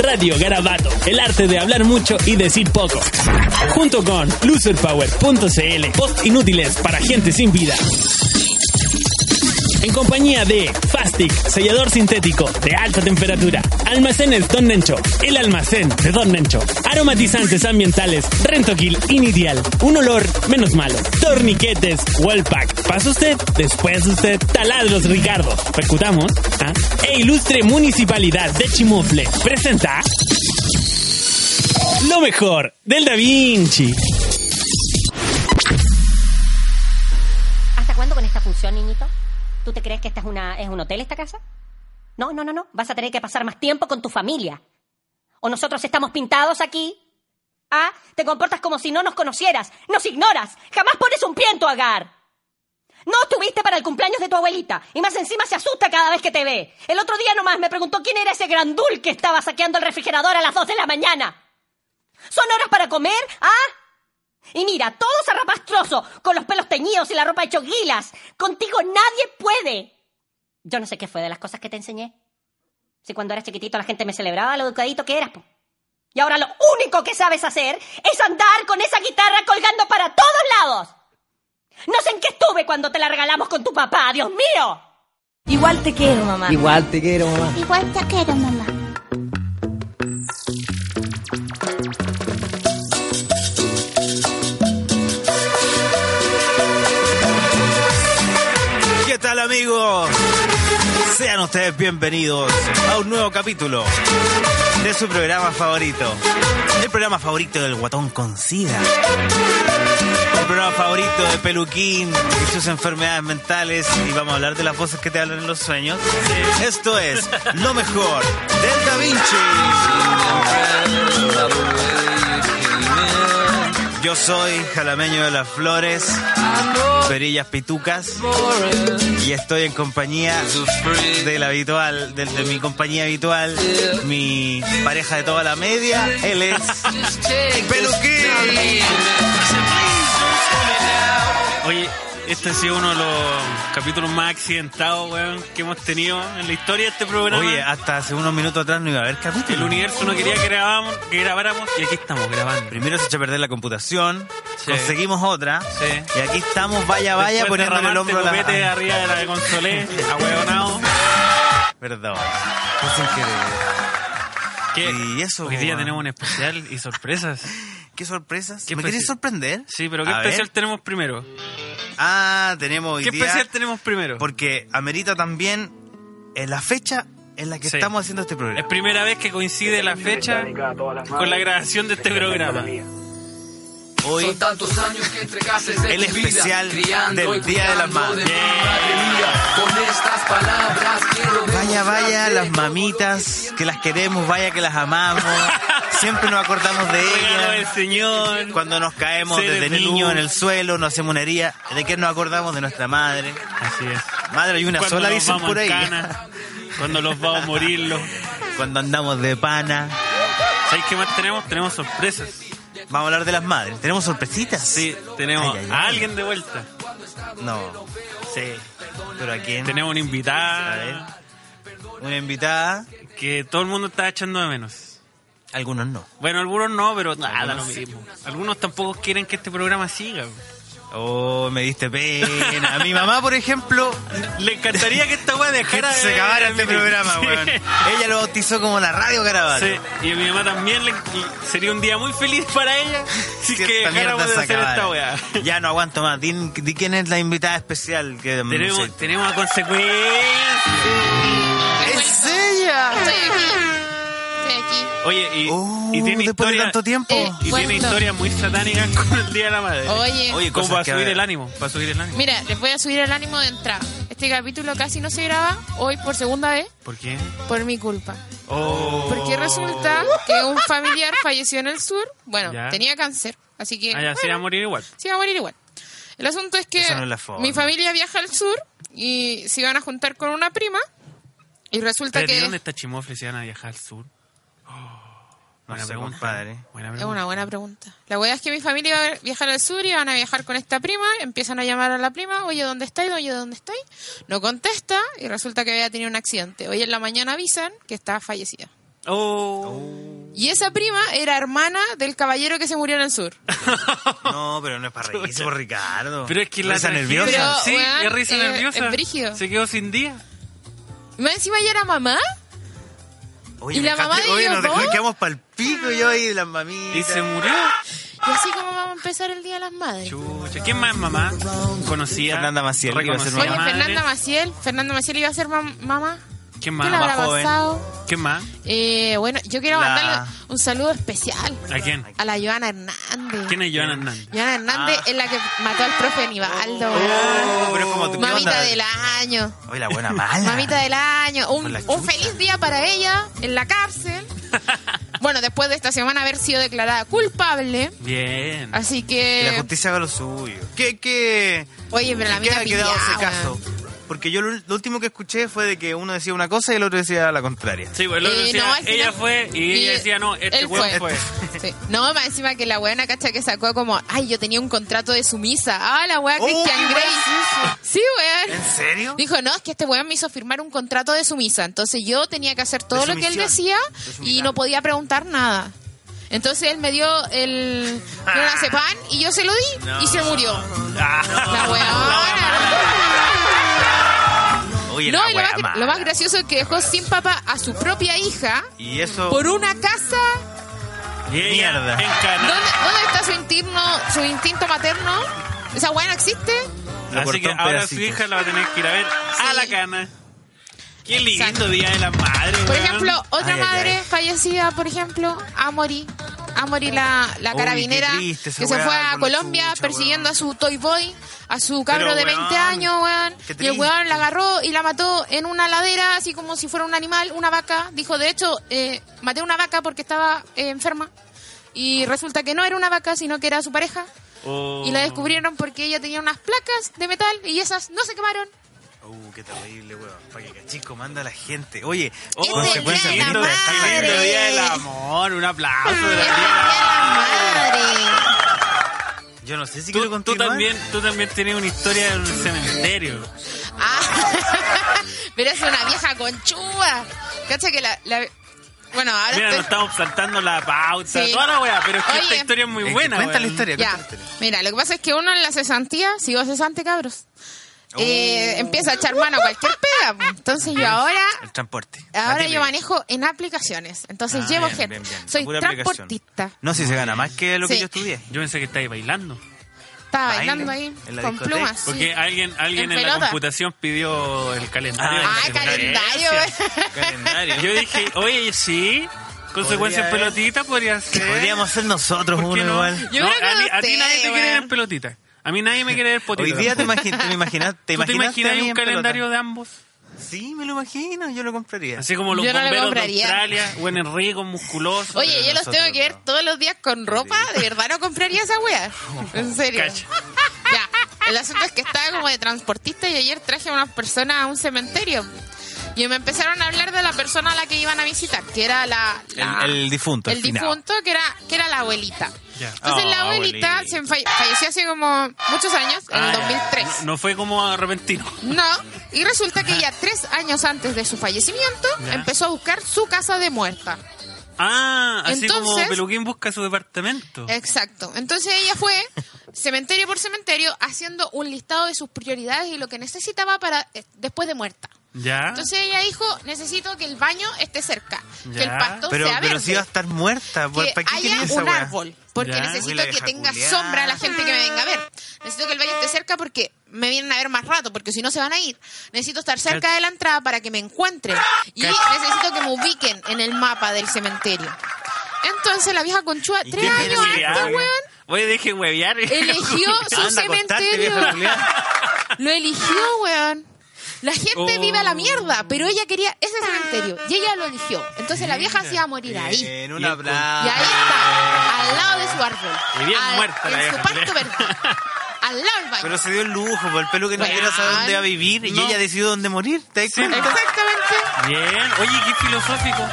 Radio Garabato, el arte de hablar mucho y decir poco. Junto con loserpower.cl, post inútiles para gente sin vida. En compañía de Fastic, sellador sintético de alta temperatura. Almacenes Don Nencho, el almacén de Don Nencho. Aromatizantes ambientales, Rentoquil y Nidial. Un olor menos malo. Torniquetes, Wallpack. Pasa usted, después usted. Taladros Ricardo. Percutamos. ¿ah? E ilustre municipalidad de Chimofle. Presenta. Lo mejor del Da Vinci. ¿Hasta cuándo con esta función, niñito? ¿Tú te crees que esta es, una, es un hotel esta casa? No, no, no, no. Vas a tener que pasar más tiempo con tu familia. O nosotros estamos pintados aquí. Ah, te comportas como si no nos conocieras. Nos ignoras. Jamás pones un pie en tu hogar. No estuviste para el cumpleaños de tu abuelita. Y más encima se asusta cada vez que te ve. El otro día nomás me preguntó quién era ese grandul que estaba saqueando el refrigerador a las dos de la mañana. ¿Son horas para comer? ¿Ah? Y mira, todos arrapastrosos, con los pelos teñidos y la ropa hecho guilas. Contigo nadie puede. Yo no sé qué fue de las cosas que te enseñé. Si cuando eras chiquitito la gente me celebraba lo educadito que eras, po. Y ahora lo único que sabes hacer es andar con esa guitarra colgando para todos lados. No sé en qué estuve cuando te la regalamos con tu papá, Dios mío. Igual te quiero, mamá. Igual te quiero, mamá. Igual te quiero, mamá. ¿Qué tal amigos? Sean ustedes bienvenidos a un nuevo capítulo de su programa favorito. El programa favorito del guatón con sida. El programa favorito de Peluquín y sus enfermedades mentales. Y vamos a hablar de las voces que te hablan en los sueños. Esto es lo mejor del Da Vinci. Yo soy jalameño de las flores, perillas pitucas. Y estoy en compañía del habitual, del- de, mi compañía habitual, mi pareja de toda la media, él es Peluquín. Oye, este ha sido uno de los capítulos más accidentados, weón, que hemos tenido en la historia de este programa. Oye, hasta hace unos minutos atrás no iba a haber el capítulo. universo no quería que, grabamos- que grabáramos y aquí estamos grabando. Primero se echó a perder la computación, Sí. conseguimos otra, Sí. y aquí estamos, vaya, vaya, Después poniéndole el derramaste hombro a la... copete arriba de la de Consolé, ahueonado. Ah, Perdón, fue sin querer. ¿Qué? Y eso, Hoy día weón. tenemos un especial y sorpresas. ¿Qué sorpresas? ¿Qué ¿Me especial? querés sorprender? Sí, pero ¿qué A ver. especial tenemos primero? Ah, tenemos hoy ¿Qué día- especial tenemos primero? Porque amerita también eh, la fecha en la que Sí. estamos haciendo este Es programa. primera vez que coincide la fecha con la grabación de este programa. Hoy Son tantos años que entregaste de El tu vida, especial criando del y Día de las cuidando Madres. de tu madre mía. Con estas palabras quiero Vaya, vaya, demostrarte las todo mamitas, que las queremos, vaya que las amamos. Siempre nos acordamos de Regalo del ellas. Señor. Cuando nos caemos Seres desde de niño luz. en el suelo, nos hacemos una herida. ¿De qué nos acordamos? De nuestra madre. Así es. Madre, hay una Cuando sola, nos dicen vamos por en ahí. cana, cuando los vamos a morirlo. Cuando andamos de pana. ¿Sabéis qué más tenemos? Tenemos sorpresas. Vamos a hablar de las madres. ¿Tenemos sorpresitas? Sí, tenemos Ay, ay, a ay. alguien de vuelta. No. Sí. ¿Pero a quién? Tenemos una invitada Una invitada. que todo el mundo está echando de menos. Algunos no. Bueno, algunos no, pero nada, lo Algunos sí. mismo. Algunos tampoco quieren que este programa siga. Oh, me diste pena. A mi mamá, por ejemplo, Le encantaría que esta weá que dejara de... se acabara este emitir. programa, Sí. weón. Ella lo bautizó como la radio Caravaggio. Sí, y a mi mamá también le, sería un día muy feliz para ella si es Si que esta mierda dejáramos de se hacer esta acabara. weá. Ya no aguanto más. Di, di quién es la invitada especial que no Tenemos, sé. tenemos a consecuencia. ¡Es ella! Estoy aquí. Estoy aquí. Oye, y, Oh, y tiene después de historia- tanto tiempo. Eh, Y Bueno. tiene historias muy satánicas con el Día de la Madre. Oye, Oye, ¿Cómo cosas va a que- subir el ánimo? Para subir el ánimo. mira, les voy a subir el ánimo de entrada. Este capítulo casi no se graba hoy por segunda vez ¿Por qué? por mi culpa. Oh. Porque resulta que un familiar falleció en el sur. Bueno, Ya. tenía cáncer, así que Ah, ya, se bueno, va a morir igual. se iba a morir igual. El asunto es que Esa no es la forma. mi familia viaja al sur y se iban a juntar con una prima y resulta Pero, ¿y que dónde está Chimofle si van a viajar al sur? No Buena sé, pregunta. compadre. Buena Es pregunta. una buena pregunta. La weá es que mi familia va a viajar al sur y van a viajar con esta prima. Empiezan a llamar a la prima, oye, ¿dónde estáis? Oye, ¿dónde estáis? No contesta y resulta que había tenido un accidente. Hoy en la mañana avisan que está fallecida. Oh. Y esa prima era hermana del caballero que se murió en el sur. Oh. No, pero no es para reírse por Ricardo. Pero es que la Risa trajimos. nerviosa. Pero- sí, weón, es risa eh, nerviosa. es brígido. Se quedó sin día. Y más encima ella era mamá. Oye, ¿Y la dejaste- mamá de oye, ellos nos dejó- dos? quedamos pa'l pico yo ahí, las mamitas. Y se murió. Y así como vamos a empezar el Día de las Madres. Chucha. ¿Quién más es mamá? Conocía. Fernanda Maciel, que iba a ser Oye, mamá. Fernanda Maciel. Fernanda Maciel iba a ser mam- mamá. ¿Quién ¿Qué le habrá más? Más joven. pasado? ¿Quién más? Eh, bueno, yo quiero La- mandarle un saludo especial ¿A quién? a la Joana Hernández. ¿Quién es Joana Hernández? Joana Hernández es la que mató al profe Nivaldo. Ah. Oh, pero como tú, ¿qué Mamita onda? del año. Oye, la buena mala. Mamita del año. Con Un, la un chucha. feliz día para ella en la cárcel. Bueno, después de esta semana haber sido declarada culpable. Bien. Así Que la que. justicia haga lo suyo. ¿Qué, qué? Oye, pero la ¿Qué mina ha quedado ese pillada. caso? Porque yo lo, lo último que escuché fue de que uno decía una cosa y el otro decía la contraria. Sí, pues el otro Eh, decía, no, al final- ella fue y ella decía, no, este él weón fue. Sí. No, más encima que la buena cacha que sacó como, ay, yo tenía un contrato de sumisa. Ah, la weá Oh, Christian ¿qué Grey. weá Sí, ¿En weón. serio? Dijo, no, es que este weón me hizo firmar un contrato de sumisa. Entonces yo tenía que hacer todo lo que él decía sumisión. De y sumisión. no podía preguntar nada. Entonces él me dio el Ah. pan y yo se lo di y se murió. La weona. Oye, No, la y lo wea más, gra- mala. lo más gracioso es que dejó sin papá a su propia hija Y eso... por una casa Y ella Mierda. encarnó. ¿Dónde, dónde está su instinto, su instinto materno? ¿Esa weá no existe? Lo cortó Así que en ahora su pedacitos. hija la va a tener que ir a ver a Sí. la cana. Qué lindo Exacto. día de la madre, Por weón. ejemplo, Ay, otra ay, madre ay. fallecida, por ejemplo, Amori. Amori, la, la Uy, carabinera qué triste esa que se weá, fue a con la Colombia chucha, persiguiendo weón. a su Toy Boy, a su cabro Pero, de 20 weón, años, weón. qué Y el triste. weón la agarró y la mató en una ladera, así como si fuera un animal, una vaca. Dijo, de hecho, eh, maté una vaca porque estaba eh, enferma. Y resulta que no era una vaca, sino que era su pareja. Oh. Y la descubrieron porque ella tenía unas placas de metal y esas no se quemaron. Uh, qué terrible, weón. Para que cachico manda a la gente. Oye, Este consecuencia día de la lindo de Qué estar lindo madre. día del amor. Un aplauso. de la ¡Feliz tía. Día de la Madre! Yo no sé si Tú, quiero tú continuar. también, tú también tienes una historia en un cementerio. Ah, pero es una vieja conchuda. Cacha que la. la- bueno, ahora. Mira, estoy- nos estamos saltando la pauta, Sí. toda la weá, pero es que Oye. esta historia es muy Eh, buena. Cuenta la weón. historia, cuenta Ya. la historia. Mira, lo que pasa es que uno en la cesantía, sigo cesante, cabros. Oh. eh, empieza a echar mano a cualquier pega. po. Entonces yo ahora. Ah, El transporte. La Ahora típica. yo manejo en aplicaciones. Entonces Ah, llevo bien, gente. bien, bien. Soy Pura transportista. aplicación. No, si se gana más que lo que Sí. yo estudié. Yo pensé que estáis bailando. Estaba Baile, bailando ahí en la con discoteca. plumas. sí. Porque alguien, alguien En en, la pelota. computación pidió el calendario. Ah, El calendario. eh. Calendario. Yo dije, oye, sí, consecuencias Podría- pelotita podría ser. Podríamos ser nosotros ¿Por uno qué no? igual. Yo No, creo que a, mí- a ti ustedes, nadie te quiere ver weón. en pelotita. A mí nadie me quiere ver potito. Hoy día te, imagi- te me imaginas, te ¿Tú te imaginaste a imaginas mí un en pelota? calendario de ambos? Sí, me lo imagino, yo lo compraría. Así como los Yo no lo bomberos de compraría. Australia, buen Enrico, musculoso. Oye, Pero yo los nosotros tengo que ver no. todos los días con ropa. De verdad no compraría esa wea. En serio. Cacha. Ya. El asunto es que estaba como de transportista y ayer traje a unas personas a un cementerio. Y me empezaron a hablar de la persona a la que iban a visitar, que era la. la- El- el difunto, El al final. difunto, que era, que era la abuelita. Ya. Entonces la Oh, abuelita, abuelita. se falle- falleció hace como muchos años, en Ah, el ya. 2003. No, no fue como repentino. No, y resulta que ella tres años antes de su fallecimiento Ya. empezó a buscar su casa de muerta. Ah, así como Entonces- Eh, Peluquín busca su departamento. Exacto. Entonces ella fue cementerio por cementerio haciendo un listado de sus prioridades y lo que necesitaba para eh, después de muerta. Ah. ya. Entonces ella dijo, necesito que el baño esté cerca, que el Ya. pasto pero sea pero verde, si iba a estar muerta, ¿por- que ¿para qué haya quería esa un weá? árbol, porque Ya. necesito Uy, la que vieja tenga culiá. sombra a la gente que me venga a ver. Necesito que el baño esté cerca porque me vienen a ver más rato, porque si no se van a ir. Necesito estar cerca Cacha. de la entrada para que me encuentren y necesito que me ubiquen en el mapa del cementerio. Entonces la vieja conchúa, ¿Y tres qué años necesidad, antes, weón? weón, ah, Oye, dejen huevear. eligió su Anda a acostarte, cementerio. vieja culiá. Lo eligió, weón. La gente Oh. vive a la mierda, pero ella quería ese cementerio y ella lo eligió. Entonces la vieja se iba a morir ahí. En Y un el- Y abrazo. ahí está, al lado de su árbol. Y bien al- muerta la En su vieja, parto culera. verde. Al lado del baño. Pero se dio el lujo, por el pelo que no Weón. quiera saber dónde va a vivir y No. pues. ella decidió dónde morir. ¿Te das cuenta? Exactamente. Bien. Oye, qué filosófico.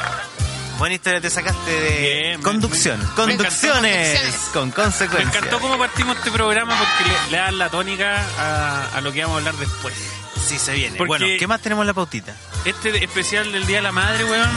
Buena historia te sacaste de Bien, me- conducción. me- me Conducciones encantó. con Me consecuencias. encantó cómo partimos este programa porque le, le dan la tónica a, a lo que vamos a hablar después. Sí, se viene. Porque- Bueno, ¿qué más tenemos en la pautita? Este especial del Día de la Madre, weón.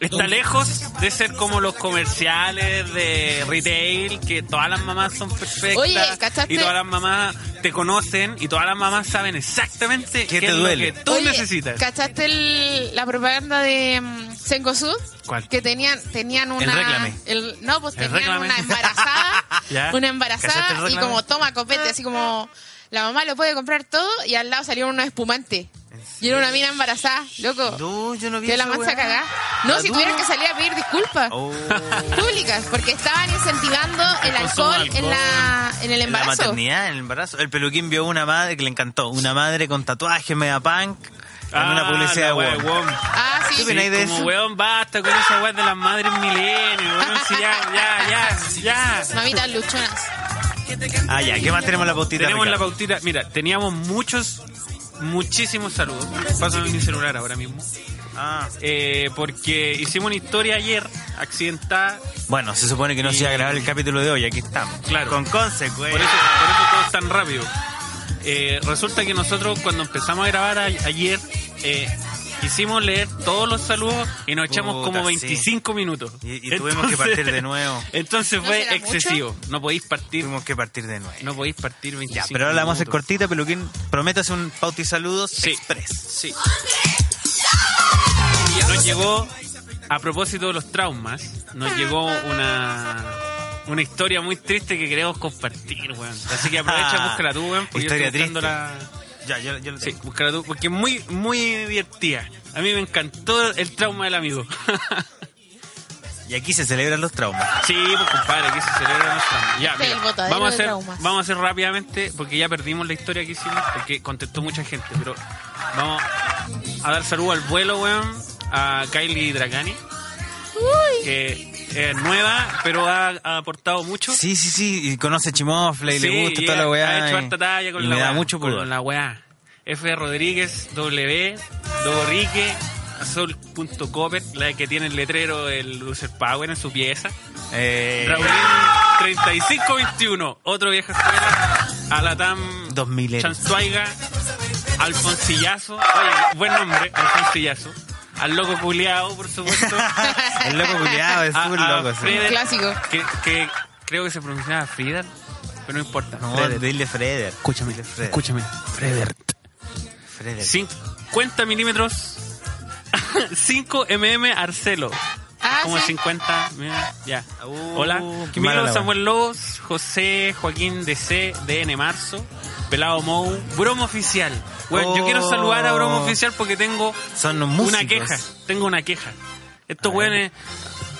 Está lejos de ser como los comerciales de retail, que todas las mamás son perfectas. Oye, ¿cachaste? Y todas las mamás te conocen y todas las mamás saben exactamente ¿Qué te es lo duele? que tú Oye, necesitas. ¿Cachaste el- la propaganda de mm, Cencosud? ¿Cuál? Que tenían, tenían una. Réclame. el- no, pues El tenían Réclame. una embarazada. Ya. Una ¿Cachaste el embarazada y Réclame? como toma copete, así como. La mamá lo puede comprar todo y al lado salieron unos espumantes. Y era una mina embarazada, loco. No, yo no vi Que la esa mancha weá. cagá. No, si ¿Tú? tuvieron que salir a pedir disculpas. Oh. Públicas, porque estaban incentivando el El consumo de alcohol en, la, en el En la embarazo. maternidad, en el embarazo. El peluquín vio una madre que le encantó. Una madre con tatuaje mega punk en Ah, una publicidad de la wea Word. Wong. ah, sí. ¿Qué opináis de como eso? weón, basta con esa weá de las madres milenios, weón. Si ya, ya, ya, ya. Mamitas luchonas. Ah, ya. ¿Qué más tenemos en la pautita? Tenemos la Ricardo? pautita. Mira, teníamos muchos, muchísimos saludos. Pásame mi celular ahora mismo. Ah. Eh, porque hicimos una historia ayer accidentada. Bueno, se supone que no se iba a grabar el capítulo de hoy. Aquí estamos. Claro. Con Por consecuencias. eso, por eso todo es tan rápido. Eh, resulta que nosotros cuando empezamos a grabar a- ayer, eh, quisimos leer todos los saludos y nos echamos Puta, como sí. 25 minutos. Y- y tuvimos que partir de nuevo. Entonces ¿No fue será mucho? excesivo. No podéis partir. Tuvimos que partir de nuevo. No podéis partir 25 Ya, pero ahora la vamos a hacer minutos. cortita, peluquín. Prométase un pautisaludos Sí. express. Sí. Nos llegó, a propósito de los traumas, nos llegó una, una historia muy triste que queremos compartir, weón. Así que aprovecha, Ah, búscala tú, weón. porque yo historia estoy buscando Ya, yo, yo lo la- Sí, tengo. búscala tú, porque es muy, muy divertida. A mí me encantó el trauma del amigo. Y aquí se celebran los traumas. Sí, pues compadre, aquí se celebran los traumas. Ya, Del mira, botadero vamos a de hacer, traumas. vamos a hacer rápidamente, porque ya perdimos la historia que hicimos, porque contestó mucha gente, pero vamos a dar salud al vuelo, weón, a Kylie Dragani, que es nueva, pero ha, ha aportado mucho. Sí, sí, sí. Y conoce Chimofle y le gusta y toda la ha- weá. Ha hecho y- harta talla con y la me da weá. mucho con pudor. la weá. F. Rodríguez, W, Dorique, Azul.cover, la que tiene el letrero del Lucer Power en su pieza. Eh, Raulín 3521, otro vieja escuela, Alatam 2000 Chanzuaiga, Alfonsillazo, oye, buen nombre, Alfonsillazo, al loco culiao, por supuesto, El loco culiado es A- un a loco. sí. Ah, Fred- Clásico. que, que creo que se pronunciaba Frida, pero no importa. No, Freder. dile Freder. escúchame, Dile Freder. escúchame, Freder. Freder. 50 milímetros, 5 mm Arcelo. Ah, como sí. 50. mira, ya. Uh, Hola. qué mala Milo la Samuel Lobos, José Joaquín DC, DN Marzo, Pelado Mou, Bromo Oficial. Bueno, yo Oh. quiero saludar a Bromo Oficial porque tengo Son los una músicos. queja. Tengo una queja. Estos A ver. weones.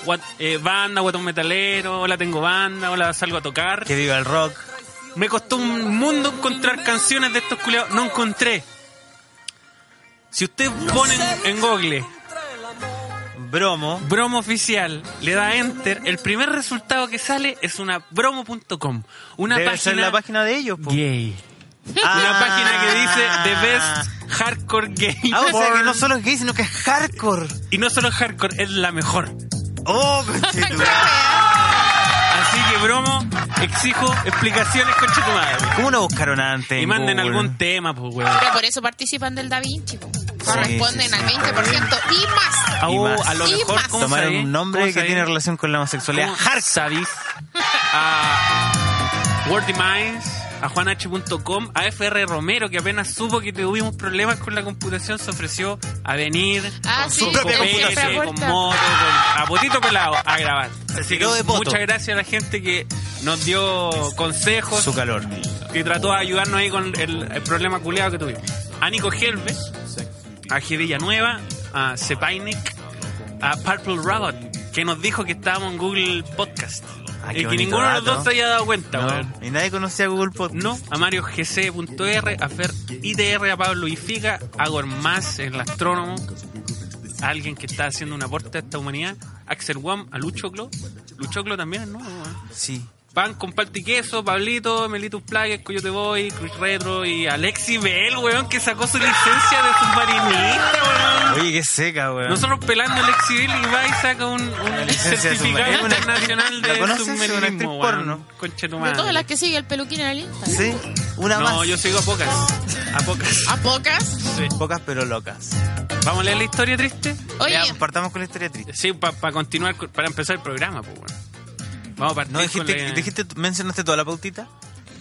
guat- eh, banda, guatón metalero, hola tengo banda, hola salgo a tocar. Que viva el rock. Me costó un mundo encontrar canciones de estos culiados. No encontré. Si ustedes ponen en Google Bromo. bromo oficial, le da enter, el primer resultado que sale es una bromo.com. Una Debe ser página la página de ellos. po. gay. Una Ah. página que dice The Best Hardcore Gay. Ah, o sea Porn. que no solo es gay, sino que es hardcore. Y no solo hardcore, es la mejor. Oh, conchetumare. Así que bromo, exijo explicaciones con tu madre. ¿Cómo no buscaron antes? Y en manden Google? algún tema, pues, weón. Pero por eso participan del Da Vinci. po. Corresponden sí, sí, está al 20% y más. Ah, Y uh, más. a lo Y mejor, más. ¿cómo Tomaron sabéis? un ¿Cómo nombre que sabéis? tiene relación con la homosexualidad. ¿Cómo Hard. sabéis? A Word Demise, a juanh.com, a FR Romero, que apenas supo que tuvimos problemas con la computación, se ofreció a venir Ah, con sí, su propia copete, computadora. con moto, con, a potito pelado, a grabar. Así que tiró de poto. muchas gracias a la gente que nos dio consejos, Su calor. que trató de ayudarnos ahí con el, el problema culeado que tuvimos. A Nico Helves, a G. Villanueva, a Sepainik, a Purple Robot, que nos dijo que estábamos en Google Podcast. Ah, y qué que bonito ninguno de los dato. dos se haya dado cuenta, No, weón. y nadie conocía Google Podcast. No, a Mario GC.R, a Fer ITR, a Pablo Ifiga, a Gormaz, el astrónomo, a alguien que está haciendo un aporte a esta humanidad, Axel Wam, a Luchoclo. Luchoclo también es nuevo, weón. Sí. Pan con palta y queso, Pablito, Melitus Plagues, Coyote Boy, Cruz Retro y Alexi Bell, weón, que sacó su licencia de submarinista, weón. Oye, qué seca, weón. Nosotros pelando a Alexi Bell y va y saca un, un licencia de certificado submarino, una- internacional ¿La de conoces? Una actriz submarinismo, weón. porno. Conche tu De todas las madre. que sigue el peluquín en el Instagram. Sí, una No, más. yo sigo a pocas. A pocas. A pocas. Pocas pero locas. ¿Vamos a leer la historia triste? Oye, Ya, partamos con la historia triste. Sí, para continuar, con- para empezar el programa, pues, bueno. Vamos a partir ¿No con dijiste, la- dijiste, mencionaste toda la pautita?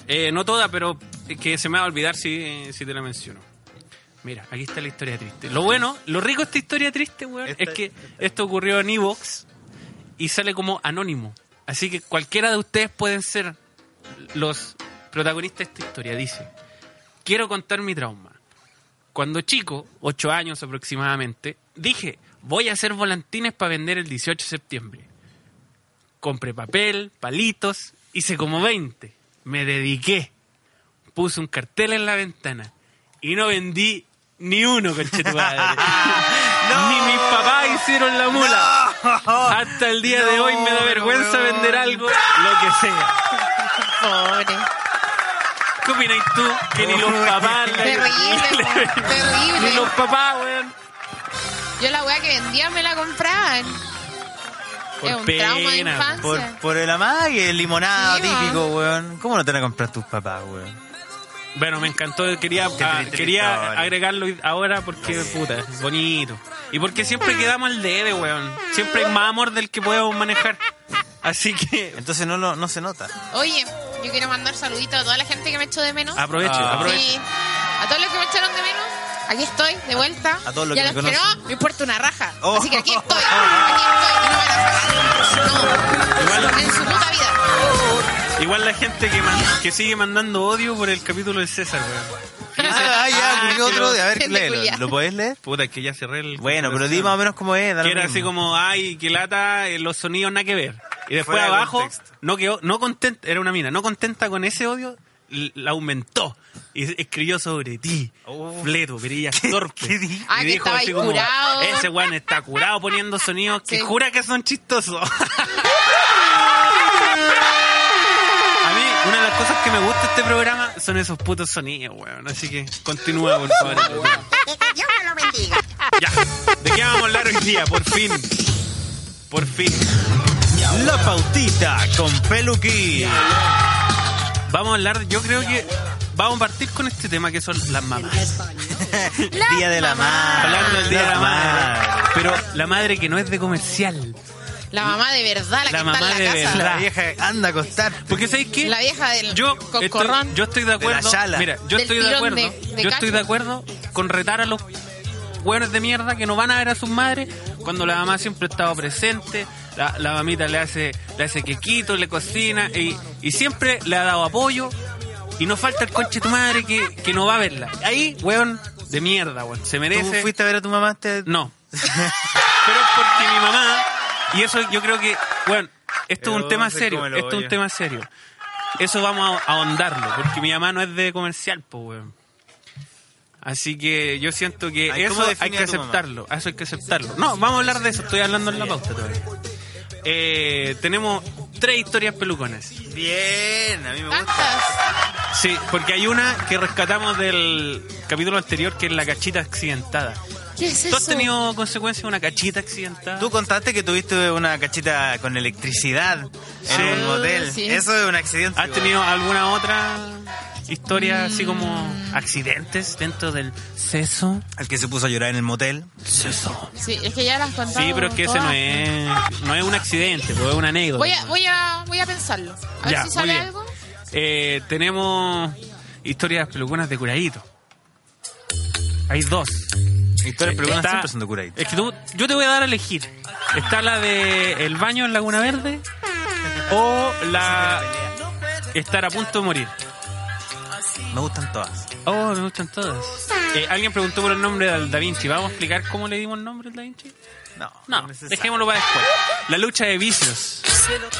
Eh, no toda, pero es que se me va a olvidar si, si te la menciono. Mira, aquí está la historia triste. Lo bueno, lo rico de esta historia triste, weón, Esta- es que esto ocurrió en Evox y sale como anónimo. Así que cualquiera de ustedes pueden ser los protagonistas de esta historia. Dice, quiero contar mi trauma. Cuando chico, 8 años aproximadamente, dije, voy a hacer volantines para vender el 18 de septiembre. Compré papel, palitos, hice como 20. Me dediqué. Puse un cartel en la ventana y no vendí ni uno, conchetumadre. Ah, ¡No! Oh. Ni mis papás hicieron la mula. Hasta el día de No, hoy me da pero vergüenza weón. vender algo, lo que sea. eh. pobre. ¿Qué opinas tú? Que ni los papás... la- Terrible, po, terrible. Ni los papás, weón. Yo la weá que vendía me la compraban. Por es un pena, trauma de infancia. Por, por el amague, el limonado Sí, típico, weón. ¿Cómo no te van a comprar tus papás, weón? Bueno, me encantó, quería, Qué ah, triste quería historia. agregarlo y- ahora porque, puta, es bonito. Y porque siempre quedamos al debe, weón. Siempre hay más amor del que podemos manejar. Así que Entonces no, lo, no se nota. Oye, yo quiero mandar saluditos a toda la gente que me echó de menos. aproveche, Ah. aproveche. Sí. A todos los que me echaron de menos, aquí estoy, de vuelta. A todos los y que a me los que no, conocen. me importa una raja. Oh. Así que aquí estoy, aquí estoy, y no me van a sacar. No, en su puta vida. Igual la gente que, man- que sigue mandando odio por el capítulo de César, weón. Ah, ya, ah, ocurrió que otro. lo- de- A ver, gente léelo. culiá. ¿Lo podés leer? Puta, que ya cerré el... Bueno, pero di más o menos cómo es. da lo Que era mismo. así como, ay, que lata, eh, los sonidos nada que ver. Y después Fuera de abajo, contexto. no quedó, no contenta, era una mina, no contenta con ese odio, l- la aumentó. Y escribió sobre ti, Oh. fleto, perilla, torpe. qué dijo? Ah, que estaba ahí curado. Ese weón está curado poniendo sonidos que Sí. jura que son chistosos. A mí, una de las cosas que me gusta de este programa son esos putos sonidos, weón. Así que continúa, por favor. Dios me lo bendiga. Ya. ¿De qué vamos a hablar hoy día? Por fin. Por fin. La pautita con Peluquín. Vamos a hablar, yo creo que vamos a partir con este tema que son las mamás. Día de la madre. Hablando del Día de la Las Madre. madres. Pero la madre que no es de comercial. La mamá de verdad, la, La que está mamá en de la casa. verdad. La vieja anda a acostar. Porque ¿sabéis qué? La vieja del yo estoy, coscorrón. yo estoy de acuerdo. De la sala. Mira, yo Del estoy de tirón acuerdo. de- de yo cacho. estoy de acuerdo con retar a los hueones de mierda que no van a ver a sus madres cuando la mamá siempre ha estado presente, la, la mamita le hace, le hace quequito, le cocina y, y siempre le ha dado apoyo y no falta el conche de tu madre que, que no va a verla. Ahí, hueón de mierda, hueón. Se ¿Tú merece. fuiste a ver a tu mamá? Este... No. Pero es porque mi mamá, y eso yo creo que, bueno, esto es Pero un tema vamos a ver serio, Eh, cómo lo esto es oye. un tema serio. Eso vamos a ahondarlo, porque mi mamá no es de comercial, pues, weón. Así que yo siento que Ay, ¿cómo eso hay define que a tu mamá? aceptarlo, eso hay que aceptarlo. No, vamos a hablar de eso, estoy hablando en la pauta todavía. Eh, tenemos tres historias pelucones. Bien, a mí me gusta. Tantas. Sí, porque hay una que rescatamos del capítulo anterior, que es la cachita accidentada. ¿Qué es ¿Tú eso? has tenido consecuencias de una cachita accidentada? Tú contaste que tuviste una cachita con electricidad Sí. en un motel. Sí. Eso es un accidente. ¿Has weón. tenido alguna otra historia así como accidentes dentro del seso? Al que se puso a llorar en el motel. Seso. Sí, es que ya las contamos. Sí, pero es que ese no es, no es un accidente, pues es una anécdota. Voy a, voy a, voy a pensarlo. A ver Ya, si muy sale bien. algo. Eh, tenemos historias peluconas de curadito. Hay dos. Historias peluconas Está- siempre son de curadito. Es que tú- yo te voy a dar a elegir. Está la de el baño en Laguna Verde o la estar a punto de morir. eh, Me gustan todas. Oh, me gustan todas. Eh, Alguien preguntó por el nombre del Da Vinci. ¿Vamos a explicar cómo le dimos el nombre al Da Vinci? No, No, es necesario. dejémoslo para después. La lucha de vicios.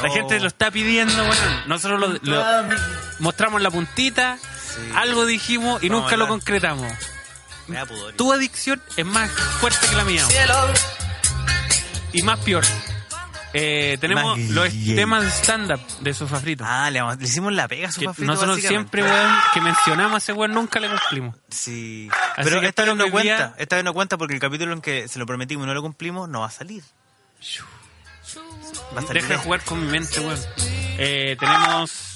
La Oh. gente lo está pidiendo, bueno, nosotros lo, lo- mostramos la puntita, algo dijimos y Vamos nunca a lo hablar. concretamos. Me da pudor. Tu adicción es más fuerte que la mía. Y más peor. Eh, tenemos Más los gay. temas de stand-up de Sofá Frito. Ah, le, vamos- le hicimos la pega a su que papito, nosotros básicamente. siempre, weón, que mencionamos a ese weón, nunca le cumplimos. Sí. Así Pero que esta vez espero no que hoy día- cuenta. Esta vez no cuenta porque el capítulo en que se lo prometimos y no lo cumplimos no va a salir. Va a salir. este Deja de jugar con mi mente, weón. Eh, tenemos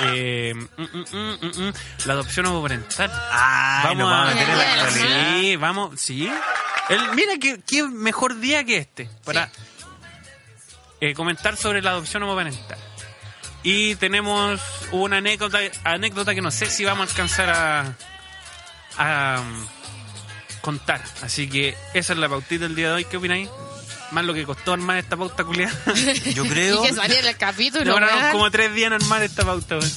eh, mm, mm, mm, mm, mm, la adopción parental. Ay, nos vamos a meter en la Mira, actualidad. Sí, vamos, sí. El- mira qué, qué mejor día que este para eh, comentar sobre la adopción homoparental. Y tenemos una anécdota, anécdota que no sé si vamos a alcanzar a, a um, contar. Así que esa es la pautita del día de hoy. ¿Qué opináis? Más lo que costó armar esta pauta culiada. Yo Y creo, que saliera el capítulo. Demoraron weón. como tres días en armar esta pauta. weón.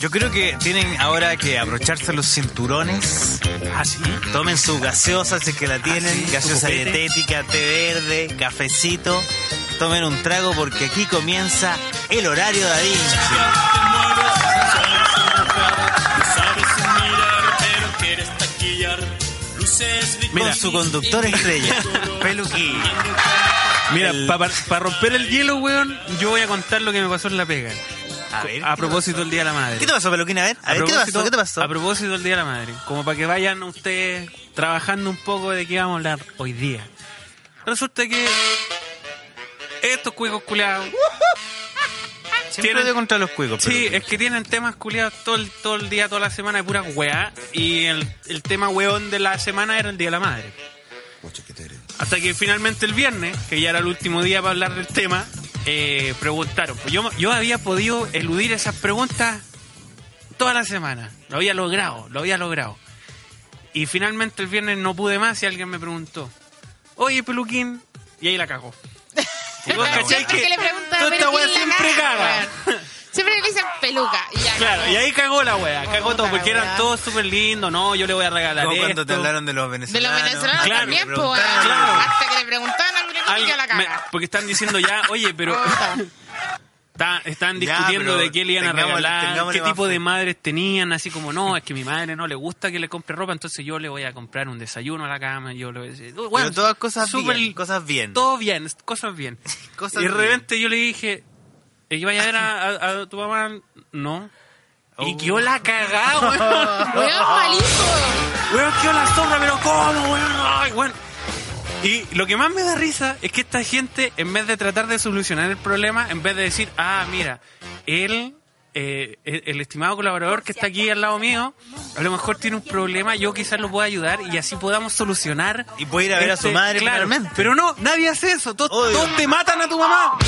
yo creo que tienen ahora que abrocharse los cinturones. Ah, sí. Tomen su gaseosa si es que la tienen, Ah, sí, su gaseosa copete. dietética, té verde, cafecito. Tomen un trago porque aquí comienza el horario de Da Vinci. Mira, con su conductor estrella, Peluquí. Mira, El- para romper el hielo, weón, yo voy a contar lo que me pasó en la pega. A ver, a ¿qué te propósito del Día de la Madre. ¿Qué te pasó, Peluquín? A ver, a ver, ¿qué te pasó? ¿Qué te pasó? A propósito del Día de la Madre. Como para que vayan ustedes trabajando un poco de qué vamos a hablar hoy día. Resulta que estos cuicos culeados Siempre tienen- odio contra los cuicos. Sí, Peluquín. es que tienen temas culiados todo el, todo el día, toda la semana de pura weá. Y el, el tema weón de la semana era el Día de la Madre. Hasta que finalmente el viernes, que ya era el último día para hablar del tema, eh, preguntaron. Pues yo, yo había podido eludir esas preguntas toda la semana. Lo había logrado, lo había logrado. Y finalmente el viernes no pude más y alguien me preguntó, oye, peluquín, y ahí la cagó. Y vos cachai Siempre que que le preguntan, toda esta "¿Pero weá quién la siempre caga, caga. weón?" Siempre le dicen peluca. Y ya. Claro, y ahí cagó la wea, cagó Puta todo, porque la eran wea. todos súper lindos, no, yo le voy a regalar Como esto. cuando te hablaron de los venezolanos. De los venezolanos Claro, también, me pues, weón. preguntaron. Claro. Hasta que le preguntaban a alguna Al- que la me- caga. porque están diciendo ya, oye, pero Puta. Está- están Ya, discutiendo pero de qué le iban a tengámosle- regalar, tengámosle qué más tipo de fe. madres tenían, así como, no, es que mi madre no le gusta que le compre ropa, entonces yo le voy a comprar un desayuno a la cama, yo le voy a decir, bueno, Pero todas cosas súper- bien, cosas bien. Todo bien, cosas bien. Cosas y de bien. repente yo le dije, ¿y vaya a ver a, a- a tu mamá? No. Y Oh. yo la cagaba, Weón, malísimo. Weón, quedó la zorra, pero ¿cómo, weón? Ay, weón. Y lo que más me da risa es que esta gente, en vez de tratar de solucionar el problema, en vez de decir, ah, mira, él, eh, el, el estimado colaborador que está aquí al lado mío, a lo mejor tiene un problema, yo quizás lo pueda ayudar y así podamos solucionar. este Y puede ir a ver a su madre primeramente. Pero no, nadie hace eso. Todos, Obvio. todos te matan a tu mamá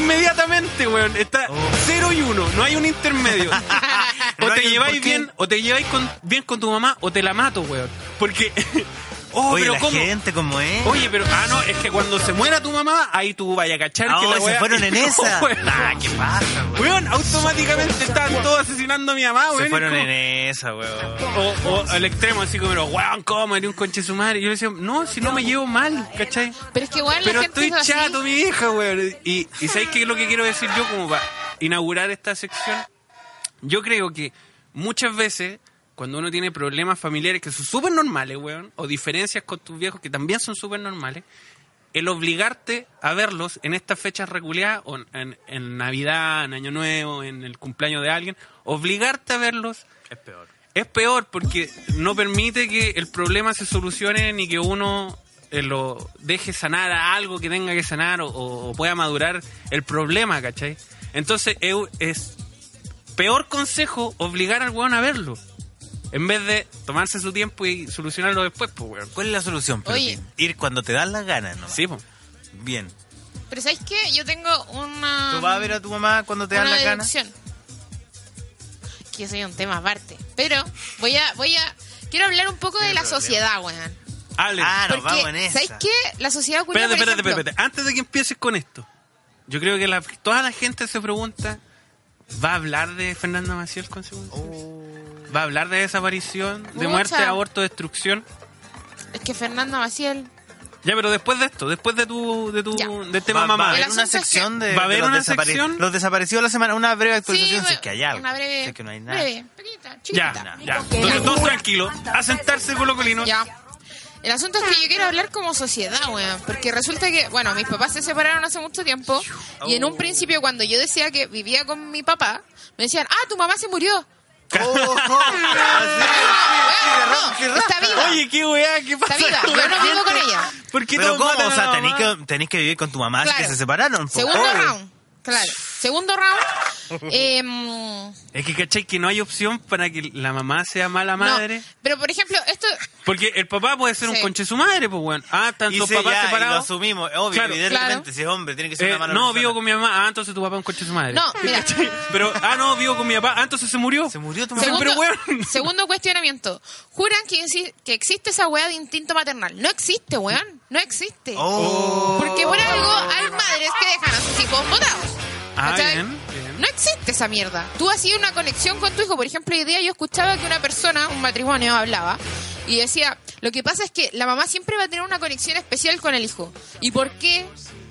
inmediatamente, weón. Está Oh. cero y uno, no hay un intermedio. O No hay te un lleváis porqué. bien, o te lleváis con, bien con tu mamá, o te la mato, weón. Porque, oh, Oye, pero la ¿cómo? gente como es. Oye, pero, ah, no, es que cuando se muera tu mamá, ahí tú vayas a cachar Ah, que la se weá- fueron en No, esa. weón. Ah, ¿qué pasa, weón? Weón, automáticamente estaban todos asesinando a mi mamá, weón. Se y fueron como- en esa, weón. o, o al extremo, así como, pero, weón, ¿cómo? Era un conche su madre. Y yo le decía, no, si no me llevo mal, ¿cachai? Pero es que igual la Pero gente estoy es así. chato, mi hija, weón. Y, y ¿sabéis qué es lo que quiero decir yo como para inaugurar esta sección? Yo creo que muchas veces, cuando uno tiene problemas familiares que son súper normales, weón, o diferencias con tus viejos que también son súper normales, el obligarte a verlos en estas fechas regulares, o en, en- en Navidad, en Año Nuevo, en el cumpleaños de alguien, obligarte a verlos Es peor. es peor porque no permite que el problema se solucione ni que uno eh, lo deje sanar a algo que tenga que sanar o, o- o pueda madurar el problema, ¿cachai? Entonces es, es peor consejo obligar al weón a verlo. En vez de tomarse su tiempo y solucionarlo después, pues weón. ¿Cuál es la solución, Oye. Peluquín? Ir cuando te dan las ganas, ¿no? Sí, pues. Bien. Pero ¿sabes qué? Yo tengo una... ¿Tú vas a ver a tu mamá cuando te dan Ah. una las ganas? deducción. Que soy un tema aparte. Pero voy a... voy a Quiero hablar un poco de la sociedad, weón. Hable. Ah, no, Porque, vamos en esa. ¿sabes qué? La sociedad Pues culiada, espérate, por espérate, espérate. ejemplo, Antes de que empieces con esto, yo creo que la- toda la gente se pregunta, ¿va a hablar de Fernanda Maciel con segundo? Oh. ¿Va a hablar de desaparición, de Mucha. muerte, aborto, destrucción? Es que Fernanda Maciel... Ya, pero después de esto, después de tu, de tu Ya. del tema va, va a mamá. El haber una asunto es que- sección de. ¿Va a haber de los una desapare- sección? Los desaparecidos de la semana. Una breve actualización. si es bueno, que hay algo. Una breve... Si es que no hay nada. Breve, pequeñita, Ya, chiquita. ya. Entonces, todos tranquilos, a sentarse con los colinos. Ya. El asunto es que yo quiero hablar como sociedad, weón. Porque resulta que, bueno, mis papás se separaron hace mucho tiempo. Y Oh. en un principio, cuando yo decía que vivía con mi papá, me decían, ah, tu mamá se murió. Oh, oh, Weón, Ah, así, no, está viva. Oye, qué weá, qué está pasa. viva. con la Yo no vivo gente? con ella. ¿Por qué Pero todos ¿cómo? matan O a sea, la tenés mamá? que, tenés que vivir con tu mamá así Claro. que se separaron. pues. po. Segundo Obvio. round. Claro. Segundo round. Em, Es que, ¿cachai? Que no hay opción para que la mamá sea mala madre. No, pero por ejemplo, esto Porque el papá puede ser un Sí. conche su madre, pues, weón. Ah, están Y tus se papás ya, y lo separados. asumimos, obvio, Claro, evidentemente, claro. si es hombre, tiene que ser Eh, una mala no, persona. vivo con mi mamá. Ah, entonces tu papá es un conche su madre. No, mira. Pero, ah, no, vivo con mi papá. Ah, entonces se murió. Se murió tu mamá. Según- Segundo, Pero, weón. segundo cuestionamiento. Juran que, insi- que existe esa weá de instinto maternal. No existe, weón. No existe. Oh. Porque por algo hay madres que dejan a sus hijos botados. Ah, ¿Cachai? bien, bien. No existe esa mierda. Tú hacías una conexión con tu hijo. Por ejemplo, hoy día yo escuchaba que una persona, un matrimonio, hablaba y decía, lo que pasa es que la mamá siempre va a tener una conexión especial con el hijo. ¿Y por qué?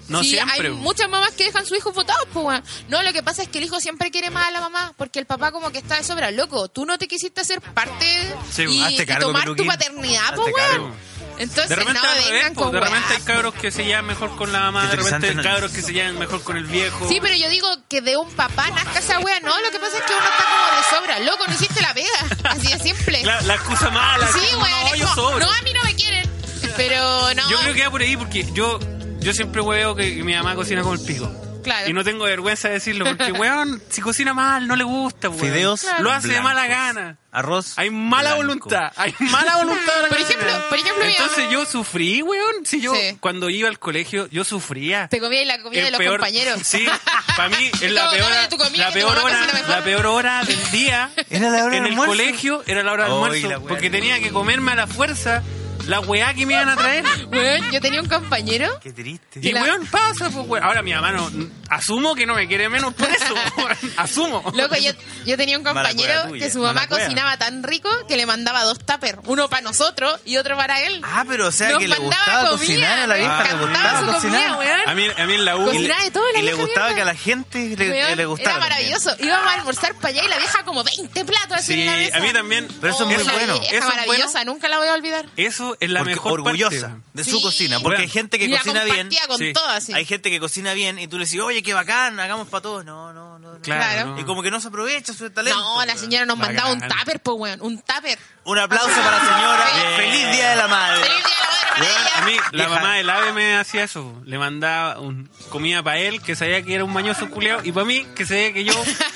No Si siempre, hay weón. muchas mamás que dejan a sus hijos votados, pues, weón. No, lo que pasa es que el hijo siempre quiere más a la mamá porque el papá como que está de sobra. Loco, tú no te quisiste hacer parte Sí, y, hazte y cargo, tomar tu Peluquín. paternidad, Hazte pues, cargo. weón. Entonces, De repente no, al revés, vengan po. con de repente weá. hay cabros que se llevan mejor con la mamá, de repente hay Interesante análisis. cabros que se llevan mejor con el viejo. Sí, pero yo digo que de un papá nazca esa wea. No, lo que pasa es que uno está como de sobra. Loco, no hiciste la pega. Así de simple. La, la excusa mala. sí, que, weón. No, es yo como, sobro. no, a mí no me quieren. Pero no. Yo creo que va por ahí porque yo, yo siempre huevo que mi mamá cocina con el pico. Claro. Y no tengo vergüenza de decirlo porque, weón, si cocina mal, no le gusta, weón. Fideos Lo hace de blancos. mala gana. Arroz. Hay mala blanco. voluntad. Hay mala voluntad. de la Por cocina. ejemplo- por ejemplo, mi Entonces mamá- yo sufrí, weón. Si yo, Sí. cuando iba al colegio, yo sufría. Te comí la comida El de los peor- compañeros. Sí, para mí es No, la no, peor, de tu comida, la tu peor mamá hora, cocina mejor. la peor hora del día. Era la hora en del el almuerzo. colegio era la hora del Ay, almuerzo, la weá. porque tenía que comerme a la fuerza la weá que me iban a traer. Weón, yo tenía un compañero. Qué triste. Y la- weón, pasa, pues weón. Ahora mi mamá no, asumo que no me quiere menos por eso, weón. asumo. Loco, yo, yo tenía un Mala compañero cueva tuya, que su mamá mala cueva. cocinaba tan rico que le mandaba dos tuppers. Uno para nosotros y otro para él. Ah, pero o sea Nos que le mandaba gustaba comida, cocinar a la me vieja, le encantaba gustaba su comida, cocinar. weón. A mí, a mí en la U. Cocina- Cocinaba de todo, la y le vieja gustaba mierda. que a la gente le, Weón, le gustara. era maravilloso. Íbamos a almorzar para allá y la vieja como 20 platos así Sí, en la mesa. a mí también. Pero eso es muy la bueno. Oh, vieja Eso es maravillosa, nunca la voy a olvidar. Eso es la Porque mejor orgullosa parte. de su Sí. cocina. Porque Bueno. hay gente que Y la cocina bien. compartía con Sí. todas, sí. Hay gente que cocina bien y tú le decís, oye, qué bacán, hagamos para todos. No, no, no. no. Claro. Claro. no. Y como que no se aprovecha su talento. No, la señora nos Bacán. mandaba un tupper, pues, weón. Un tupper. Un aplauso para la señora. Bien. Feliz Día de la Madre. Feliz día de la madre para Weón, ella. a mí, la Vieja. mamá del ave me hacía eso. Le mandaba un- comida para él, que sabía que era un mañoso culeado, y para mí, que sabía que yo